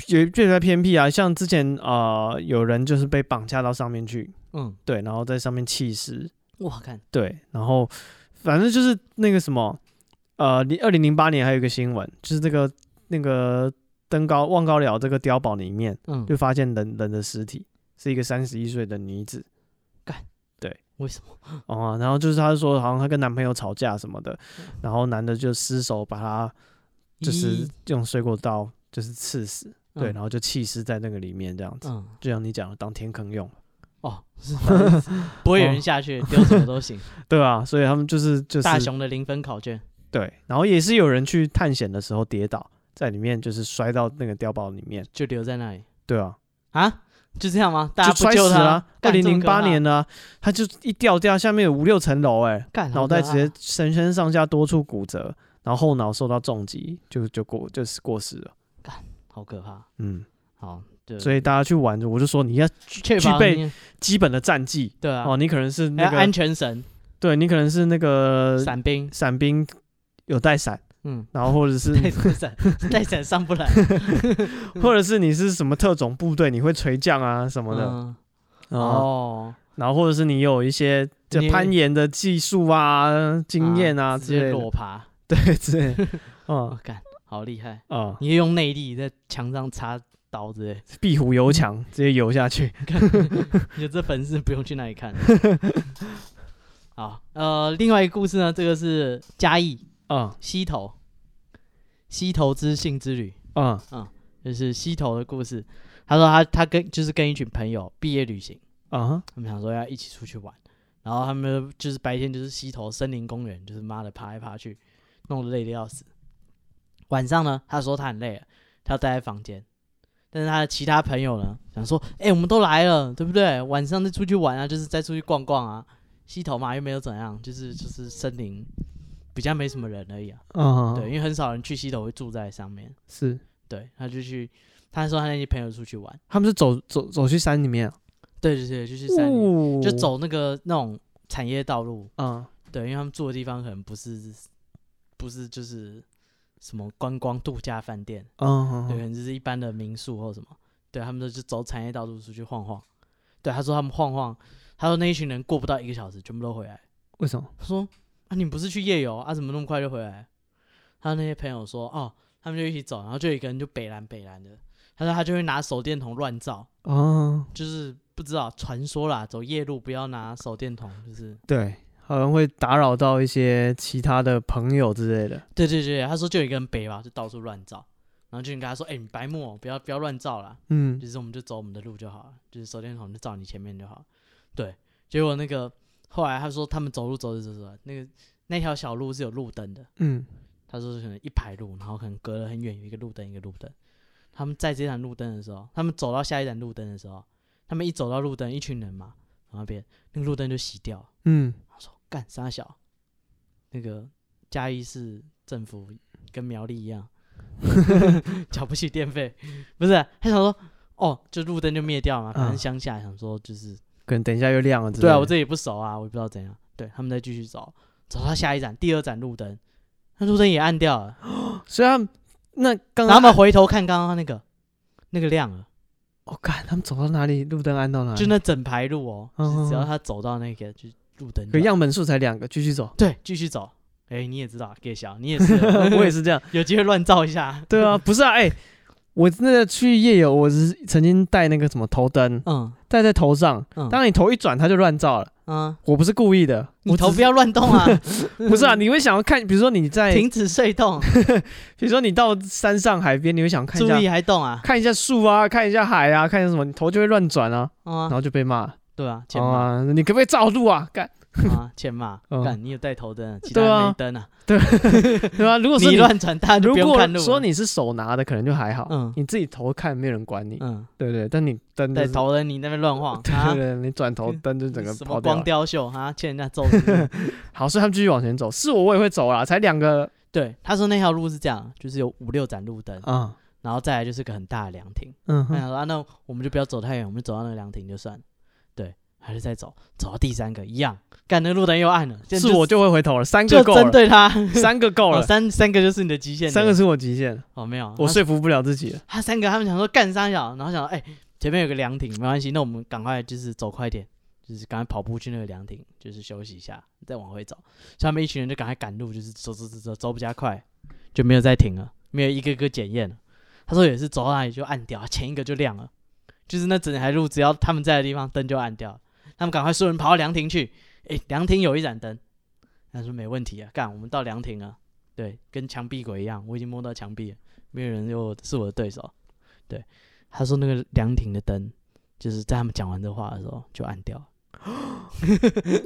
A: 有就比较偏僻啊。像之前呃，有人就是被绑架到上面去，
B: 嗯，
A: 对，然后在上面弃尸，
B: 哇，看，
A: 对，然后反正就是那个什么，呃，零二零零八年还有一个新闻，就是这个那个登高望高寮这个碉堡里面。
B: 嗯，
A: 就发现人人的尸体是一个三十一岁的女子
B: 为什么？
A: <laughs> 哦、然后就是她说好像她跟男朋友吵架什么的，
B: 嗯
A: 然后男的就失手把她就是
B: 咦
A: 用水果刀就是刺死，对，
B: 嗯
A: 然后就弃尸在那个里面这样子，
B: 嗯，
A: 就像你讲的当天坑用， <laughs>
B: 哦，是不会有人下
A: 哦
B: 去丢什么都行，
A: 对啊，所以他们就是就是
B: 大雄的零分考卷，
A: 对，然后也是有人去探险的时候跌倒在里面，就是摔到那个碉堡里面，
B: 就留在那里
A: 对啊，
B: 啊。就这样吗？大
A: 就
B: 家不
A: 摔
B: 救
A: 死
B: 他？
A: 了。啊二
B: 干
A: 零
B: 这么
A: 零
B: 可怕
A: 八年呢、他就一掉掉下面有五六层楼哎、
B: 干好
A: 脑袋直
B: 可怕
A: 接全身上下多处骨折，然后后脑受到重击，就就过就是过世了。
B: 好可怕。
A: 嗯，
B: 好，对，
A: 所以大家去玩，我就说你要
B: 确
A: 具
B: 保
A: 备
B: 你
A: 基本的战绩
B: 对啊，
A: 哦，你可能是
B: 还有
A: 那
B: 安
A: 个，呃
B: 全绳、
A: 对你可能是那个
B: 伞兵，
A: 伞兵有带伞，
B: 嗯，
A: 然后或者是
B: <laughs> 带伞带伞
A: <laughs>
B: 上不来
A: 或者是你是什么特种部队，你会垂降啊什么的
B: 嗯
A: 哦，
B: 哦，
A: 然后或者是你有一些就
B: 你
A: 攀岩的技术啊、经验啊
B: 直
A: 之
B: 接
A: 类的，
B: 裸爬，
A: <laughs> 对之类的，
B: 我
A: 嗯
B: 干，好厉害！
A: 啊，
B: 你也用内力在墙上插刀之类，
A: 壁虎游墙直接游下去，
B: 有这本事不用去那里看。好，呃，另外一个故事呢，这个是嘉义
A: 嗯
B: 溪头，溪头之性之旅，
A: 嗯
B: 就是溪头的故事。他说他他跟就是跟一群朋友毕业旅行，
A: 啊
B: 他们想说要一起出去玩，然后他们就是白天就是溪头森林公园，就是妈的爬来爬去，弄得累得要死。晚上呢，他说他很累了，他要待在房间，但是他的其他朋友呢，想说，哎、我们都来了，对不对？晚上再出去玩啊，就是再出去逛逛啊，溪头嘛又没有怎样，就是就是森林比较没什么人而已啊，
A: 嗯，
B: 对，因为很少人去溪头会住在上面，
A: 是
B: 对，他就去，他说他那些朋友出去玩，
A: 他们是走走走去山里面啊，
B: 对对对，就去山里面
A: 哦
B: 就走那个那种产业道路，
A: 啊
B: 对，因为他们住的地方可能不是不是就是什么观光度假饭店，
A: 嗯
B: 对，可
A: 嗯
B: 能就是一般的民宿或什么。对，他们都就走产业道路出去晃晃。对，他说他们晃晃，他说那一群人过不到一个小时，全部都回来。
A: 为什么？
B: 他说啊，你不是去夜游啊，怎么那么快就回来？他那些朋友说哦，他们就一起走，然后就有一个人就北蓝北蓝的，他说他就会拿手电筒乱照，
A: 哦，
B: 就是不知道传说啦，走夜路不要拿手电筒，就是
A: 对，好像会打扰到一些其他的朋友之类的。
B: 对对对，他说就有一个人北吧，就到处乱照，然后就跟他说，哎、你白目哦，不要不要乱照啦，
A: 嗯
B: 就是我们就走我们的路就好了，就是手电筒就照你前面就好了。对，结果那个后来他说他们走路走着走着走着，那个那条小路是有路灯的，
A: 嗯
B: 他说可能一排路，然后可能隔了很远有一个路灯一个路灯，他们在这盏路灯的时候，他们走到下一盏路灯的时候，他们一走到路灯，一群人嘛，然后那边那个路灯就熄掉了。
A: 嗯
B: 他说：“干傻小，那个嘉义市政府跟苗栗一样， <laughs> 缴不起电费，不是？”他想说：“哦，就路灯就灭掉嘛，反正
A: 嗯
B: 乡下想说就是，
A: 可能等一下又亮了之类的。
B: 对啊，我这也不熟啊，我也不知道怎样。”对他们再继续走，走到下一盏第二盏路灯，那路灯也暗掉
A: 嗯
B: 了，
A: 虽然那刚
B: 然后他
A: 刚
B: 们回头看刚刚那个那个亮了，
A: 我看哦他们走到哪里，路灯安到哪里，
B: 就那整排路哦，就是只
A: 嗯
B: 要
A: 嗯嗯嗯
B: 他走到那个就路
A: <laughs>
B: 灯
A: 可
B: 就。
A: 样本数才两个，继续走，
B: 对，继续走。哎，你也知道，给小，你也是
A: <laughs> 我也是这样。
B: <laughs> 有机会乱照一下。
A: 对啊，不是啊，哎、我那个去夜游，我是曾经戴那个什么头灯，
B: 嗯
A: 戴在头上，
B: 嗯，
A: 当你头一转，它就乱照了。
B: 嗯，
A: 我不是故意的，
B: 你
A: 我
B: 头
A: 只
B: 不要乱
A: <laughs>
B: 动啊，
A: 不是啊，你会想要看，比如说你在，
B: 停止睡动，
A: 比如说你到山上海边，你会 <laughs> 想看一
B: 注
A: 下
B: 意还动啊，
A: 看一下树啊，看一下海啊，看一下什么，你头就会乱转啊，
B: 嗯
A: 然
B: 啊，
A: 后就被骂。
B: 对啊，欠
A: 哦
B: 骂
A: 啊，你可不可以照路啊？
B: <laughs>
A: 干
B: 啊，欠骂，
A: 嗯
B: 干你有带头灯啊，其他
A: 对
B: 人
A: 啊
B: 没灯啊，
A: 对啊，如果说
B: 你，乱转，大家就
A: 如
B: 不用看
A: 果
B: 路。
A: 说，你是手拿的，可能就还好，
B: 嗯
A: 你自己头看没有人管你，
B: 嗯，
A: 对不对？但你灯就
B: 带
A: 是，
B: 头灯你那边乱
A: <laughs>
B: 晃
A: 对
B: 啊
A: 对，对，你转头灯就整个
B: 什
A: 跑
B: 么
A: 掉
B: 光
A: 了。
B: 雕秀啊，欠人家揍是
A: <laughs>
B: 不是。
A: 好，所以他们继续往前走，是我我也会走啦，才两个
B: 对，他说那条路是这样，就是有五六盏
A: <laughs>
B: 路灯，
A: 啊，
B: 然后再来就是个很大的凉亭。
A: 嗯
B: 他
A: 哼
B: 想说啊，那我们就不要走太远，我们就走到那个凉亭就算了。对，还是再走，走到第三个一样，干那路灯又暗了，这样
A: 是我就会回头了，三
B: 就
A: 个够
B: 针
A: 了，
B: 对他。
A: 三个够
B: 哦，
A: 了，
B: 三三个就是你的极限了，
A: 三个是我极限，
B: 哦没有，
A: 我
B: 他
A: 说服不了自己
B: <laughs>
A: 了。
B: 他三个他们想说干三小，然后想说哎、前面有个凉亭，没关系，那我们赶快就是走快点，就是赶快跑步去那个凉亭，就是休息一下，再往回走。所以他们一群人就赶快赶路，就是走走走走走比较快，就没有再停了，没有一个个检验了。他说也是走到哪里就按掉，前一个就亮了，就是那整条路只要他们在的地方灯就按掉了，他们赶快所有人跑到凉亭去，哎、凉亭有一盏灯，他说没问题啊，干我们到凉亭了，对，跟墙壁鬼一样，我已经摸到墙壁了，没有人又是我的对手，对，他说那个凉亭的灯就是在他们讲完这话的时候就按掉了。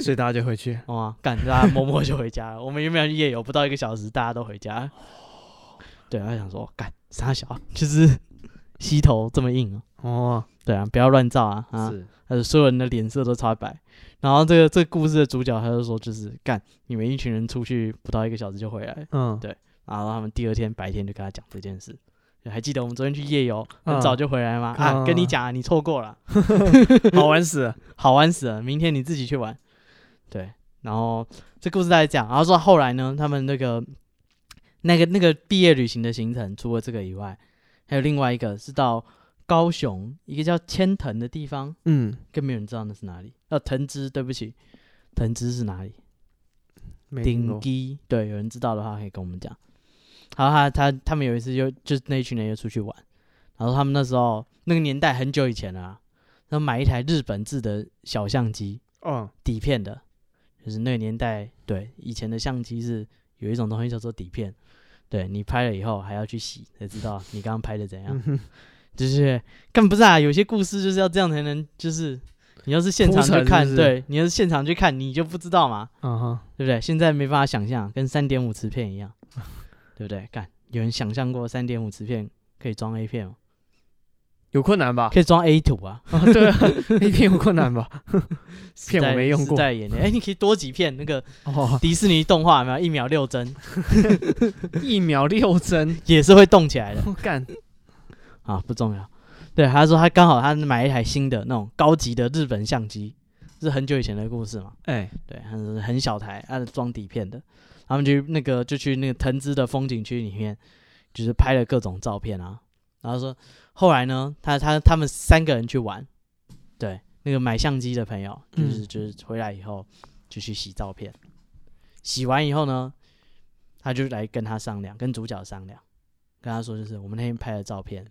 A: 所以大家就回去。
B: 哇、干大家默默就回家了。 <laughs> 我们原本要去夜游，不到一个小时，大家都回家了。对，他想说，干傻小，啊就是 <laughs> 吸头这么硬啊。
A: 哦，
B: 对啊，不要乱照啊啊！
A: 是，
B: 他说所有人的脸色都超白。然后这个这个故事的主角他就说，就是干你们一群人出去不到一个小时就回来，
A: 嗯，
B: 对然后他们第二天白天就跟他讲这件事。还记得我们昨天去夜游，很
A: 嗯
B: 早就回来吗？啊，
A: 嗯
B: 跟你讲啊，你错过了，
A: 好玩死了。
B: 好玩死了，明天你自己去玩。对，然后这故事大概讲，然后说后来呢，他们那个那个那个毕业旅行的行程，除了这个以外，还有另外一个是到高雄一个叫千藤的地方，
A: 嗯，
B: 更没有人知道那是哪里。呃，藤枝，对不起，藤枝是哪里？
A: 没听
B: 顶
A: 过。
B: 基，对，有人知道的话可以跟我们讲。然后他他他们有一次就就是那一群人就出去玩，然后他们那时候那个年代很久以前了、啊，他们买一台日本制的小相机，
A: 哦，
B: 底片的，就是那个年代对以前的相机是有一种东西叫做底片，对你拍了以后还要去洗才知道你刚刚拍的怎样
A: 嗯，哼
B: 就是根本不是啊，有些故事就是要这样才能就是。你要是现场
A: 铺陈
B: 去看，
A: 是不是
B: 对你要是现场去看，你就不知道嘛。
A: 啊哈，
B: 对不对？现在没办法想象，跟三点五磁片一样， <laughs> 对不对？干，有人想象过三点五磁片可以装 A 片吗？
A: 有困难吧？
B: 可以装 A 图啊？
A: 啊， <laughs> 对啊，一定有困难 <laughs> 吧？片我没用过 <laughs>
B: 在眼泪，哎，你可以多几片那个
A: 哦，
B: 迪士尼动画，有没有一秒六帧
A: 一秒六帧，
B: 也是会动起
A: <laughs>
B: 来的
A: 我干，
B: 啊？不重要。对，他说他刚好他买一台新的那种高级的日本相机，是很久以前的故事嘛？
A: 哎，
B: 对，很很小台，按装底片的。他们去那个就去那个藤枝的风景区里面，就是拍了各种照片啊。然后说后来呢，他他他们三个人去玩，对，那个买相机的朋友，就是、就是回来以后就去洗照片，洗完以后呢，他就来跟他商量，跟主角商量，跟他说就是我们那天拍的照片，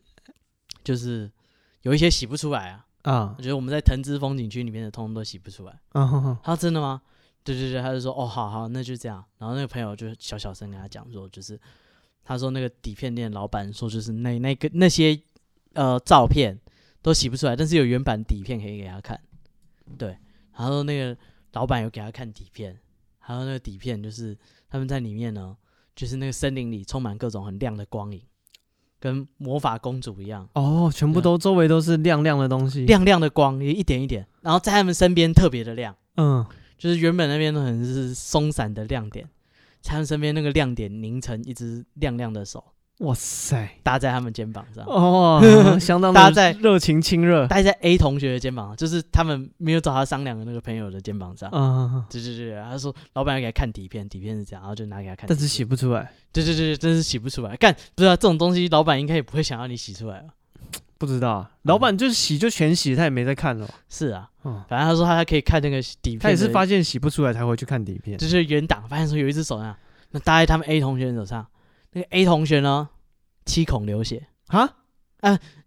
B: 就是有一些洗不出来啊，
A: 啊
B: 我，觉得我们在藤枝风景区里面的通通都洗不出来。
A: 啊哈哈，
B: 他说真的吗？对对对，他就说哦，好好，那就这样。然后那个朋友就小小声跟他讲说，就是他说那个底片店老板说，就是那那个那些呃照片都洗不出来，但是有原版底片可以给他看。对，然后那个老板有给他看底片，还有那个底片就是他们在里面呢，就是那个森林里充满各种很亮的光影，跟魔法公主一样，
A: 哦，全部都周围都是亮亮的东西，，
B: 亮亮的光一点一点，然后在他们身边特别的亮。
A: 嗯，
B: 就是原本那边都很是松散的亮点，他们身边那个亮点凝成一只亮亮的手
A: 哇塞，
B: 搭在他们肩膀上，
A: 哦， <laughs> 相当
B: 搭
A: 的
B: 在
A: 热情亲热，
B: 搭在 A 同学的肩膀上，就是他们没有找他商量的那个朋友的肩膀上。
A: 嗯，
B: 对对对，对他说老板要给他看底片，底片是这样，然后就拿给他看。
A: 但是洗，不出来，
B: 对对对，对真是洗不出来。干，不知道、这种东西，老板应该也不会想要你洗出来啊吧？
A: 不知道啊，老板就是洗就全洗，他也没在看了，
B: 是啊，
A: 嗯，
B: 反正他说他还可以看那个底片的，
A: 他也是发现洗不出来才会去看底片，
B: 就是原档，发现说有一只手啊，那搭在他们 A 同学的手上，那个 A 同学呢七孔流血。
A: 啊，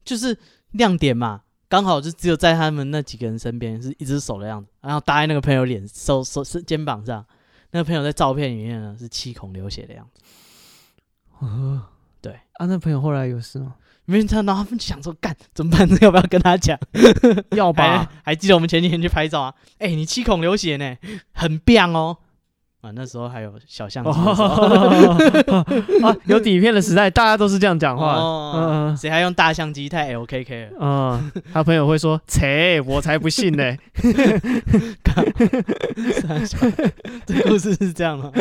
B: 就是亮点嘛，刚好就只有在他们那几个人身边，是一只手的样子，然后搭在那个朋友脸手手是肩膀上，那个朋友在照片里面呢是七孔流血的样子，
A: 哦
B: 对
A: 啊，那朋友后来有事吗？
B: 没人知道，然后他们就想说干怎么办？要不要跟他讲？
A: 要
B: 还
A: 吧，
B: 还记得我们前几天去拍照啊？哎、你七孔流血呢，很棒哦。啊，那时候还有小相机的时候， <laughs>
A: 哦 <laughs> 啊，有底片的时代，大家都是这样讲话。
B: 哦 <laughs>
A: 嗯
B: 谁还用大相机？太 <laughs> LKK 了。
A: 嗯，他朋友会说：“切，我才不信呢、 <laughs>
B: 三小这故事是这样吗？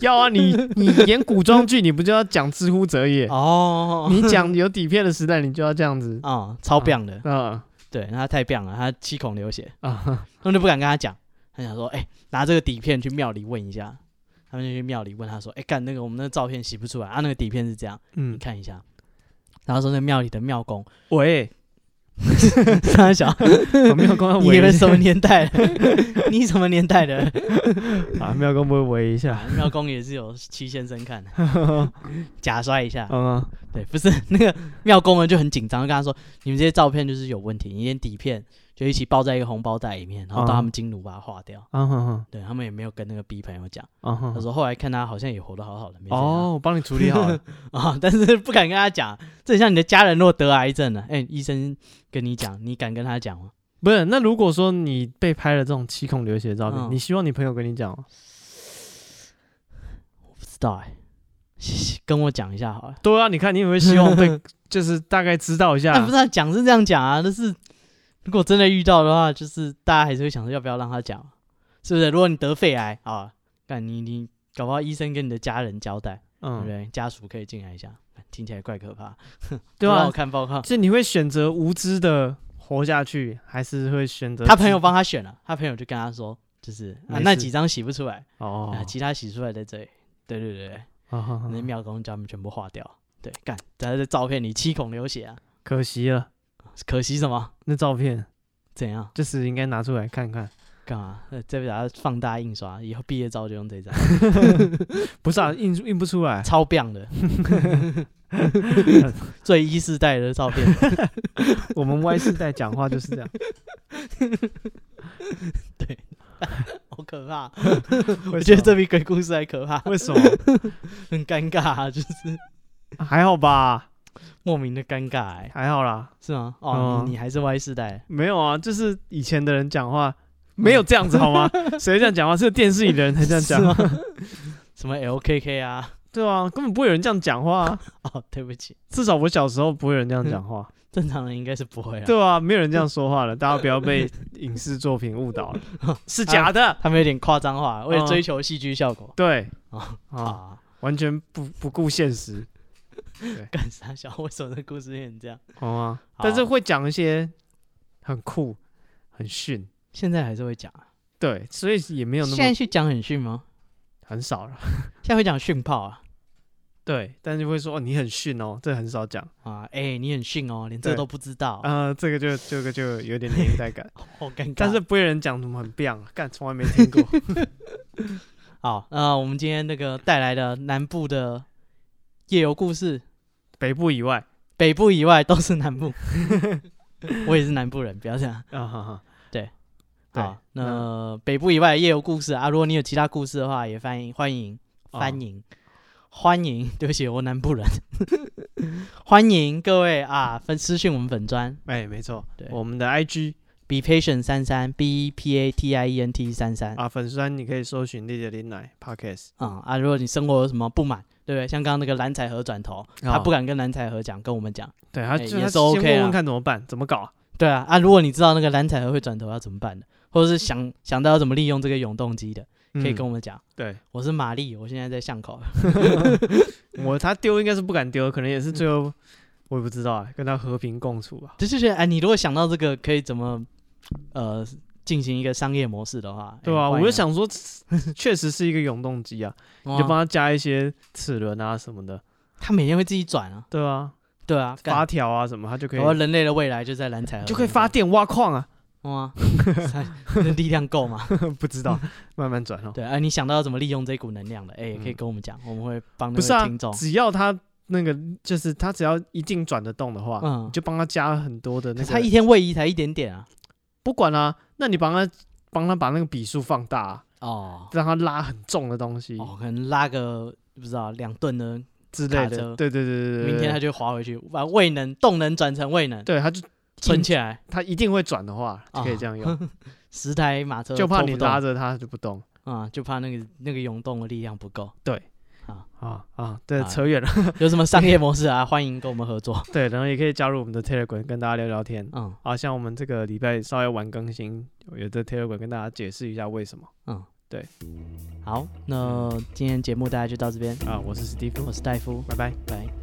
A: 要啊，你你演古装剧，你不就要讲知乎者也？
B: 哦，
A: 你讲有底片的时代，你就要这样
B: <laughs>
A: 子。
B: 啊、超棒的。
A: 啊
B: 对，那他太棒了，他七孔流血，
A: 啊
B: 他们就不敢跟他讲，他想说，哎、拿这个底片去庙里问一下，他们就去庙里问他说，哎、干那个我们那个照片洗不出来啊，那个底片是这样，你
A: 嗯，
B: 看一下。然后说那庙里的庙 <laughs> 公，
A: 喂，
B: 他想
A: 我没有跟他
B: 你
A: 围
B: 们
A: 一
B: 什
A: 下
B: 么年代的？ <laughs> 你什么年代的？
A: <laughs> 啊，没有跟我围一下。
B: <laughs> 啊庙公也是有七先生看的，假摔一下。
A: 嗯啊，
B: 对，不是 <laughs> 那个庙公们就很紧张，就跟他说：“你们这些照片就是有问题，你连底片就一起包在一个红包袋里面，然后到他
A: 嗯
B: 们金炉把它化掉。
A: 啊哈哈，
B: 对他们也没有跟那个 B 朋友讲。
A: 啊哈
B: 他。说后来看他好像也活得好好的，没怎啊样
A: 哦，我帮你处理好了。
B: <laughs> 啊，但是不敢跟他讲。这很像你的家人若得癌症了，哎、医生跟你讲，你敢跟他讲吗？
A: 不是，那如果说你被拍了这种七孔流血的照片，
B: 嗯
A: 你希望你朋友跟你讲吗？
B: 不知道哎、 <laughs> 跟我讲一下好了。
A: 对啊，你看你有没有希望
B: <laughs>
A: 被，就是大概知道一下
B: 哎但不知道讲是这样讲啊，但是如果真的遇到的话，就是大家还是会想说要不要让他讲，是不是？如果你得肺癌啊，干你你搞不好医生跟你的家人交代，对不
A: 嗯，
B: 对？家属可以进来一下，看听起来怪可怕。
A: 对
B: 让
A: 啊
B: 我，看报告，
A: 就你会选择无知的活下去，还是会选择
B: 他朋友
A: 自
B: 帮他选了，他朋友就跟他说，就是、啊、
A: 没
B: 那
A: 事
B: 几张洗不出来，
A: 哦
B: 啊，其他洗出来在这里。对对对对，
A: 好好好
B: 那妙公叫他们全部划掉。对，干，他的照片里七孔流血啊，
A: 可惜了，
B: 可惜什么？
A: 那照片
B: 怎样？
A: 就是应该拿出来看看。
B: 干嘛？呃再把它放大印刷，以后毕业照就用这张，
A: 不
B: <laughs>
A: 是啊，印印不出来，
B: 超
A: <laughs>
B: 棒的，最一世代的照片。
A: 我们 Y 世代讲话就是这样。
B: 好可怕！
A: 我
B: <laughs> 我觉得这比鬼故事还可怕，
A: 为什么啊
B: 很尴尬、啊，就是
A: 还好吧？
B: 莫名的尴尬、欸，
A: 还好啦，
B: 是吗？哦，
A: 哦
B: 你你还是 Y 世代，
A: 没有啊，就是以前的人讲话没有这样子好
B: <laughs>
A: 吗？谁这样讲话？是电视里的人才这样
B: 是
A: 讲
B: 吗，什么 LKK 啊？
A: 对啊，根本不会有人这样讲话、啊。
B: 哦，对不起，
A: 至少我小时候不会有人这样讲话，
B: 正常人应该是不会啊，
A: 对啊，没有人这样说话了。大家不要被影视作品误导了， <laughs> 是假的。
B: 他们有点夸张化，为了
A: 嗯
B: 追求戏剧效果
A: 对
B: 哦
A: 啊，
B: 啊。
A: 完全不不顾现实，
B: 干啥小？为什么这故事变成这样？
A: 好吗？
B: 好
A: 但是会讲一些很酷、很逊，
B: 现在还是会讲啊？
A: 对，所以也没有那
B: 现在
A: 么
B: 去讲很逊吗？
A: 很少了。
B: 现在会讲训炮啊？
A: 对，但是会说哦，你很逊哦，这很少讲。
B: 啊，哎、你很逊哦，连这
A: 对
B: 都不知道，
A: 呃，这个就这个就有点年代 <laughs> 感，
B: 好尴尬。
A: 但是不会有人讲什么很 b 干从来没听过。 <laughs>
B: 好，那我们今天那个带来的南部的夜游故事，
A: 北部以外
B: 北部以外都是南部。 <laughs> 我也是南部人，不要这样。
A: 啊，哈哈，对
B: 好，那北部以外的夜游故事啊，如果你有其他故事的话，也欢迎欢迎
A: 哦
B: 欢迎、欢迎。对不起，我南部人， <laughs> 欢迎各位啊，分私讯我们粉砖
A: 哎，没错
B: 对，
A: 我们的 IG
B: be patient 三三 b e p a t i e n t 三三
A: 啊，粉丝团你可以搜寻丽姐林奶 Podcast，
B: 啊啊，如果你生活有什么不满，对不对？像刚刚那个蓝采和转
A: 哦
B: 头，他不敢跟蓝采和讲，跟我们讲。
A: 对他
B: 哎
A: 就
B: 也
A: 他
B: 是 OK
A: 先问
B: 啊
A: 问看怎么办，怎么搞啊？
B: 对啊，啊，如果你知道那个蓝采和会转头要怎么办的，或者是想想到要怎么利用这个永动机的，可以
A: 嗯
B: 跟我们讲。
A: 对
B: 我是玛丽，我现在在巷口。
A: 我他丢应该是不敢丢，可能也
B: 嗯
A: 是最后我也不知道啊，跟他和平共处吧。
B: 这就是哎，你如果想到这个，可以怎么呃进行一个商业模式的话，
A: 对啊，
B: 哎
A: 我就，想说，确实是一个永动机啊，你
B: 欢迎
A: 就
B: 啊
A: 帮他加一些齿轮啊什么的，
B: 他每天会自己转啊，
A: 对啊，
B: 对啊，
A: 发条啊什么，他就可以
B: 然后人类的未来就在蓝采和
A: 就可以发电挖矿
B: <laughs>
A: 啊，
B: 哇，那力量够吗？
A: 不知
B: <laughs>
A: 道，慢慢转哦。
B: 对啊，你想到要怎么利用这股能量的，哎，也可以
A: 嗯
B: 跟我们讲，我们会帮那
A: 不是啊
B: 位听众，。
A: 只要他那个就是他只要一定转得动的话，
B: 嗯
A: 啊你就帮他加很多的那
B: 可
A: 个，
B: 是他一天位移才一点点啊，
A: 不管啊，那你帮他帮他把那个笔数放大啊、
B: 哦，
A: 让他拉很重的东西
B: 哦，可能拉个不知道两吨的，
A: 之类
B: 卡
A: 的。
B: 车
A: 对对对对对，
B: 明天他
A: 就
B: 就滑回去，把未能动能转成未能，
A: 对他就
B: 存起来。
A: 他一定会转的话，就可以这样用，
B: <laughs> 十台马车
A: 就怕你
B: 啊拖不动
A: 拉着他就不动
B: 啊、就怕那个那个涌动的力量不够。
A: 啊啊！对，
B: 啊
A: 扯远了。 <laughs>
B: 有什么商业模式啊？ <laughs> 欢迎跟我们合作。
A: 对，然后也可以加入我们的 Telegram 跟大家聊聊天。
B: 嗯
A: 啊，像我们这个礼拜稍微晚更新，有在 Telegram 跟大家解释一下为什么
B: 嗯，
A: 对。
B: 好，那今天节目大家就到这边，
A: 啊。我是 Steve，
B: 我是戴夫，
A: 拜拜。
B: 拜。